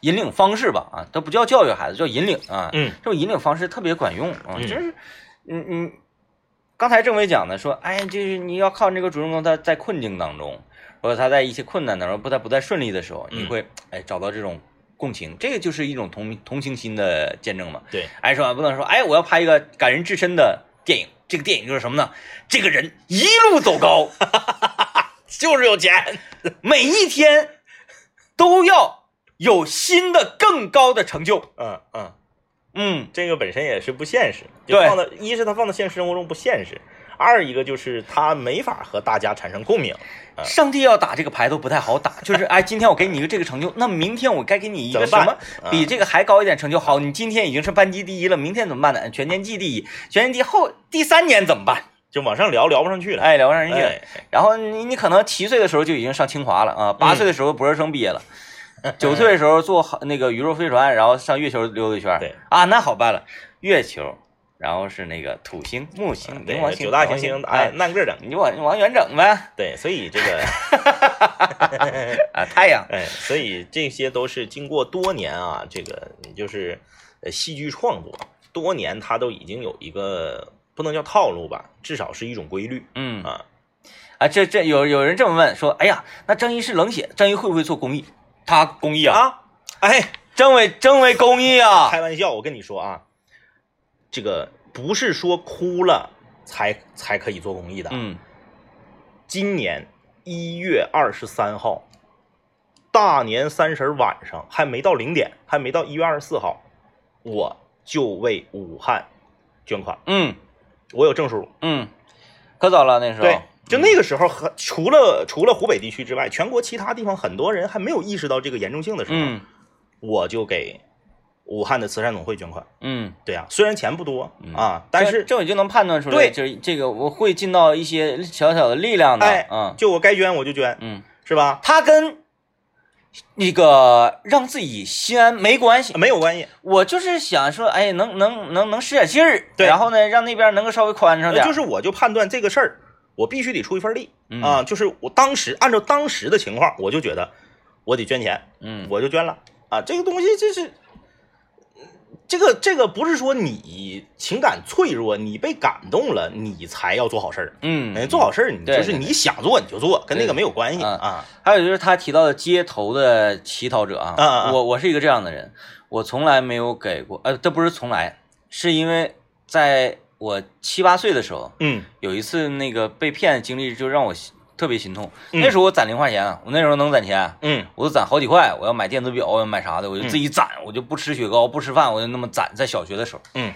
Speaker 1: 引领方式吧，啊，它不叫教育孩子，叫引领啊。
Speaker 2: 嗯
Speaker 1: 这种引领方式特别管用啊，
Speaker 2: 嗯
Speaker 1: 就是，嗯嗯，刚才政委讲的说，哎，就是你要靠这个主人公他在困境当中，或者他在一些困难当中，不他不太顺利的时候，
Speaker 2: 嗯
Speaker 1: 你会哎找到这种共情，这个就是一种同同情心的见证嘛。
Speaker 2: 对，
Speaker 1: 哎，说不能说，哎，我要拍一个感人至深的电影，这个电影就是什么呢？这个人一路走高，
Speaker 2: 就是有钱。
Speaker 1: 每一天都要有新的更高的成就。
Speaker 2: 嗯嗯，
Speaker 1: 嗯
Speaker 2: 这个本身也是不现实，就
Speaker 1: 对
Speaker 2: 放到一是他放到现实生活中不现实，二一个就是他没法和大家产生共鸣。嗯
Speaker 1: 上帝要打这个牌都不太好打， 就是哎，今天我给你一个这个成就，那明天我该给你一个
Speaker 2: 怎么
Speaker 1: 什
Speaker 2: 办
Speaker 1: 么
Speaker 2: 嗯
Speaker 1: 比这个还高一点成就好？你今天已经是班级第一了，明天怎么办呢？全年级第一，全年级后第三年怎么办？
Speaker 2: 就往上聊聊不上去了。
Speaker 1: 哎，聊不上人去。
Speaker 2: 哎，
Speaker 1: 然后你你可能七岁的时候就已经上清华了啊，
Speaker 2: 嗯
Speaker 1: 八岁的时候博士生毕业 了，九、岁的时候坐好那个宇宙飞船，然后上月球溜达一圈儿。
Speaker 2: 对
Speaker 1: 啊，那好办了，月球，然后是那个土星、木星、冥王
Speaker 2: 啊对，
Speaker 1: 星、
Speaker 2: 九大
Speaker 1: 海王
Speaker 2: 行星，哎
Speaker 1: 哎，，
Speaker 2: 按个整。
Speaker 1: 你往往远整呗
Speaker 2: 对，所以这个，
Speaker 1: 啊，太阳，
Speaker 2: 哎，所以这些都是经过多年啊，这个你就是呃戏剧创作多年，它都已经有一个不能叫套路吧，至少是一种规律
Speaker 1: 嗯
Speaker 2: 啊。
Speaker 1: 啊，这这有有人这么问说，哎呀，那张一是冷血，张一会不会做公益？他公益啊，
Speaker 2: 啊，哎，
Speaker 1: 政委政委公益啊，
Speaker 2: 开玩笑，我跟你说啊，这个不是说哭了才才可以做公益的。
Speaker 1: 嗯
Speaker 2: 今年一月二十三号，大年三十晚上还没到零点，还没到一月二十四号，我就为武汉捐款，
Speaker 1: 嗯
Speaker 2: 我有证书。
Speaker 1: 嗯，可早了那时候，
Speaker 2: 对，就那个时候和除了除了湖北地区之外，全国其他地方很多人还没有意识到这个严重性的时候，
Speaker 1: 嗯
Speaker 2: 我就给武汉的慈善总会捐款。
Speaker 1: 嗯。
Speaker 2: 对啊，虽然钱不多
Speaker 1: 嗯
Speaker 2: 啊，但是
Speaker 1: 这我就能判断出来，
Speaker 2: 对
Speaker 1: 就是这个我会尽到一些小小的力量的，
Speaker 2: 哎
Speaker 1: 嗯，
Speaker 2: 就我该捐我就捐，
Speaker 1: 嗯，
Speaker 2: 是吧？
Speaker 1: 他跟那个让自己心安没关系，
Speaker 2: 没有关系，
Speaker 1: 我就是想说，哎，能能能能使点劲儿，
Speaker 2: 对
Speaker 1: 然后呢，让那边能够稍微宽敞
Speaker 2: 呃
Speaker 1: 点，
Speaker 2: 就是我就判断这个事儿，我必须得出一份力
Speaker 1: 嗯
Speaker 2: 啊！就是我当时按照当时的情况，我就觉得我得捐钱，
Speaker 1: 嗯
Speaker 2: 我就捐了啊！这个东西这是。这个这个不是说你情感脆弱，你被感动了，你才要做好事儿。
Speaker 1: 嗯
Speaker 2: 哎，做好事儿你
Speaker 1: 对
Speaker 2: 就是
Speaker 1: 对
Speaker 2: 你想做你就做，跟那个
Speaker 1: 对
Speaker 2: 没有关系
Speaker 1: 啊
Speaker 2: 啊。
Speaker 1: 还有就是他提到的街头的乞讨者啊，
Speaker 2: 啊啊啊
Speaker 1: 我我是一个这样的人，我从来没有给过，呃，这不是从来，是因为在我七八岁的时候，
Speaker 2: 嗯
Speaker 1: 有一次那个被骗的经历，就让我心特别心痛。
Speaker 2: 嗯
Speaker 1: 那时候我攒零花钱啊，我那时候能攒钱，
Speaker 2: 嗯
Speaker 1: 我都攒好几块。我要买电子表，我要买啥的，我就自己攒，我就不吃雪糕，不吃饭，我就那么攒。在小学的时候，
Speaker 2: 嗯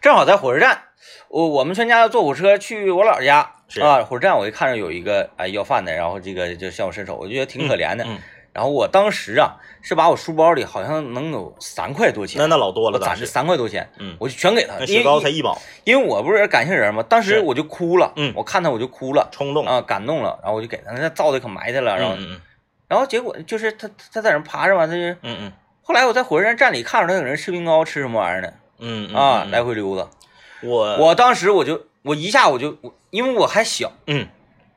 Speaker 1: 正好在火车站，我我们全家坐火车去我姥家
Speaker 2: 是
Speaker 1: 啊。火车站我就看着有一个哎要饭的，然后这个就向我伸手，我就觉得挺可怜的。
Speaker 2: 嗯，
Speaker 1: 然后我当时啊是把我书包里好像能有三块多钱，
Speaker 2: 那那老多
Speaker 1: 我
Speaker 2: 了，当
Speaker 1: 攒着
Speaker 2: 时
Speaker 1: 三块多钱，
Speaker 2: 嗯
Speaker 1: 我就全给他，
Speaker 2: 那
Speaker 1: 因为
Speaker 2: 雪糕才一毛，
Speaker 1: 因为我不是感性人嘛，当时
Speaker 2: 是
Speaker 1: 我就哭了，
Speaker 2: 嗯
Speaker 1: 我看他我就哭了，
Speaker 2: 冲动。
Speaker 1: 啊，感动了，然后我就给他，那造的可埋汰了，然后，
Speaker 2: 嗯嗯
Speaker 1: 然后结果就是他他他在那儿爬着嘛，他就
Speaker 2: 嗯嗯
Speaker 1: 后来我在火车站站里看着他搁那吃冰糕吃什么玩意儿呢，
Speaker 2: 嗯嗯
Speaker 1: 啊，
Speaker 2: 嗯
Speaker 1: 来回溜达，
Speaker 2: 我
Speaker 1: 我当时我就我一下我就我因为我还小，
Speaker 2: 嗯，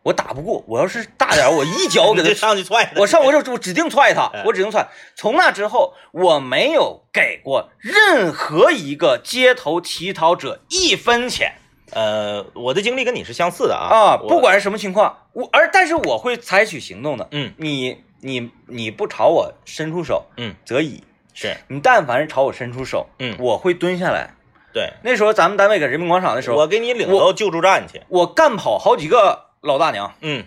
Speaker 1: 我打不过，我要是大点儿我一 脚给
Speaker 2: 你就
Speaker 1: 他，
Speaker 2: 上去踹他，
Speaker 1: 我上我就我指定踹他
Speaker 2: 哎，
Speaker 1: 我指定踹。从那之后我没有给过任何一个街头乞讨者一分钱。
Speaker 2: 呃，我的经历跟你是相似的啊
Speaker 1: 啊，
Speaker 2: 我
Speaker 1: 不管是什么情况，我而但是我会采取行动的。
Speaker 2: 嗯
Speaker 1: 你你你不朝我伸出手，
Speaker 2: 嗯，
Speaker 1: 则已；
Speaker 2: 是
Speaker 1: 你但凡是朝我伸出手，
Speaker 2: 嗯
Speaker 1: 我会蹲下来。
Speaker 2: 对，
Speaker 1: 那时候咱们单位搁人民广场的时候，
Speaker 2: 我给你领
Speaker 1: 我
Speaker 2: 到救助站去。
Speaker 1: 我干跑好几个老大娘，
Speaker 2: 嗯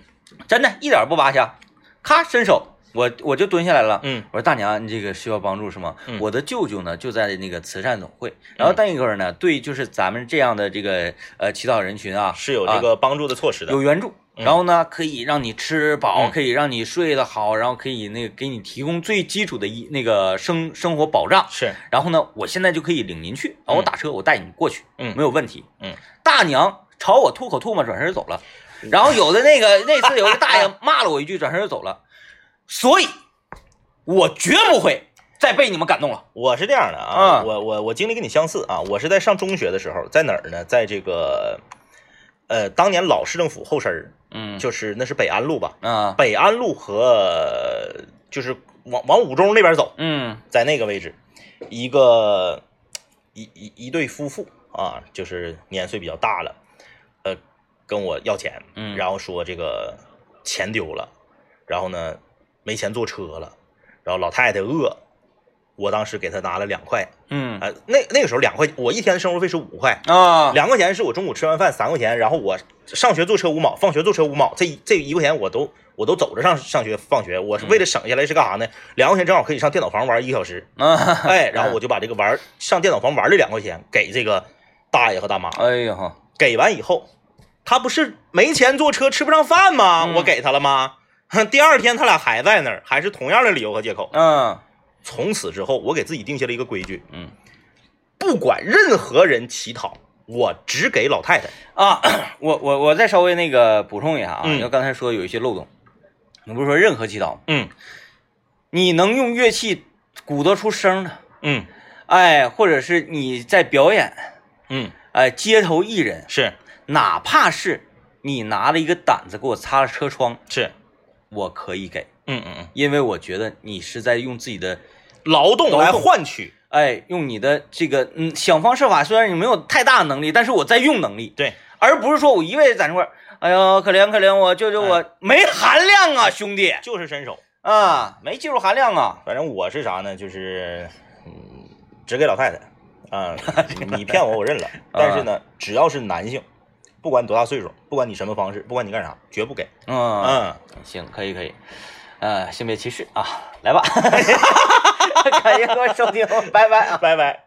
Speaker 1: 真的，一点不扒瞎，咔伸手，我我就蹲下来了。
Speaker 2: 嗯
Speaker 1: 我说大娘，你这个需要帮助是吗？
Speaker 2: 嗯
Speaker 1: 我的舅舅呢就在那个慈善总会，然后那一会儿呢对就是咱们这样的这个呃祈祷人群啊
Speaker 2: 是有这个帮助的措施的。
Speaker 1: 有援助，
Speaker 2: 嗯
Speaker 1: 然后呢可以让你吃饱，
Speaker 2: 嗯
Speaker 1: 可以让你睡得好，然后可以那个给你提供最基础的一那个生生活保障。
Speaker 2: 是，
Speaker 1: 然后呢，我现在就可以领您去，啊，
Speaker 2: 嗯
Speaker 1: 我打车我带你过去，
Speaker 2: 嗯
Speaker 1: 没有问题。
Speaker 2: 嗯，
Speaker 1: 大娘朝我吐口唾沫，转身走了。然后有的那 个那次有一个大爷骂了我一句，转身就走了。所以，我绝不会再被你们感动了。
Speaker 2: 我是这样的啊，
Speaker 1: 啊
Speaker 2: 我我我经历跟你相似啊，我是在上中学的时候，在哪儿呢？在这个呃，当年老市政府后身儿，
Speaker 1: 嗯就
Speaker 2: 就是那是北安路吧？
Speaker 1: 啊，
Speaker 2: 北安路和就是往往五中那边走，
Speaker 1: 嗯
Speaker 2: 在那个位置，一个一一一对夫妇啊，就是年岁比较大了，呃，跟我要钱，
Speaker 1: 嗯
Speaker 2: 然后说这个钱丢了，然后呢没钱坐车了，然后老太太饿，我当时给她拿了两块，
Speaker 1: 嗯
Speaker 2: 啊、那那个时候两块，我一天的生活费是五块，
Speaker 1: 啊，
Speaker 2: 两块钱是我中午吃完饭三块钱，然后我上学坐车五毛，放学坐车五毛，这一这一块钱我都我都走着上上学放学，我是为了省下来是干啥呢？两块钱正好可以上电脑房玩一个小时，
Speaker 1: 啊，
Speaker 2: 哎，然后我就把这个玩上电脑房玩的两块钱给这个大爷和大妈，
Speaker 1: 哎呀哈，
Speaker 2: 给完以后，他不是没钱坐车吃不上饭吗？
Speaker 1: 嗯
Speaker 2: 我给他了吗？ 哼第二天他俩还在那儿，还是同样的理由和借口。
Speaker 1: 嗯
Speaker 2: 从此之后，我给自己定下了一个规矩，
Speaker 1: 嗯
Speaker 2: 不管任何人乞讨，我只给老太太。
Speaker 1: 啊， 我我我再稍微那个补充一下啊，
Speaker 2: 嗯
Speaker 1: 因为刚才说有一些漏洞，你不是说任何祈祷吗，
Speaker 2: 嗯
Speaker 1: 你能用乐器鼓捣出声的，
Speaker 2: 嗯
Speaker 1: 哎，或者是你在表演，
Speaker 2: 嗯，
Speaker 1: 哎，街头艺人，
Speaker 2: 是
Speaker 1: 哪怕是你拿了一个掸子给我擦了车窗，
Speaker 2: 是，
Speaker 1: 我可以给，
Speaker 2: 嗯嗯嗯，
Speaker 1: 因为我觉得你是在用自己的，
Speaker 2: 劳动来
Speaker 1: 劳动
Speaker 2: 换取，
Speaker 1: 哎，用你的这个嗯想方设法，虽然你没有太大能力，但是我在用能力，
Speaker 2: 对，
Speaker 1: 而不是说我一味地在那块儿，哎呦，可怜可怜我，救救我，没含量啊，兄弟
Speaker 2: 就是伸手。
Speaker 1: 啊，没技术含量啊，
Speaker 2: 反正我是啥呢？就是，嗯，只给老太太啊、你骗我我认了。但是呢，只要是男性，不管你多大岁数，不管你什么方式，不管你干啥，绝不给。
Speaker 1: 嗯。
Speaker 2: 嗯，
Speaker 1: 行，可以可以，呃，性别歧视啊，来吧，感谢各位收听，拜拜啊。
Speaker 2: 拜拜。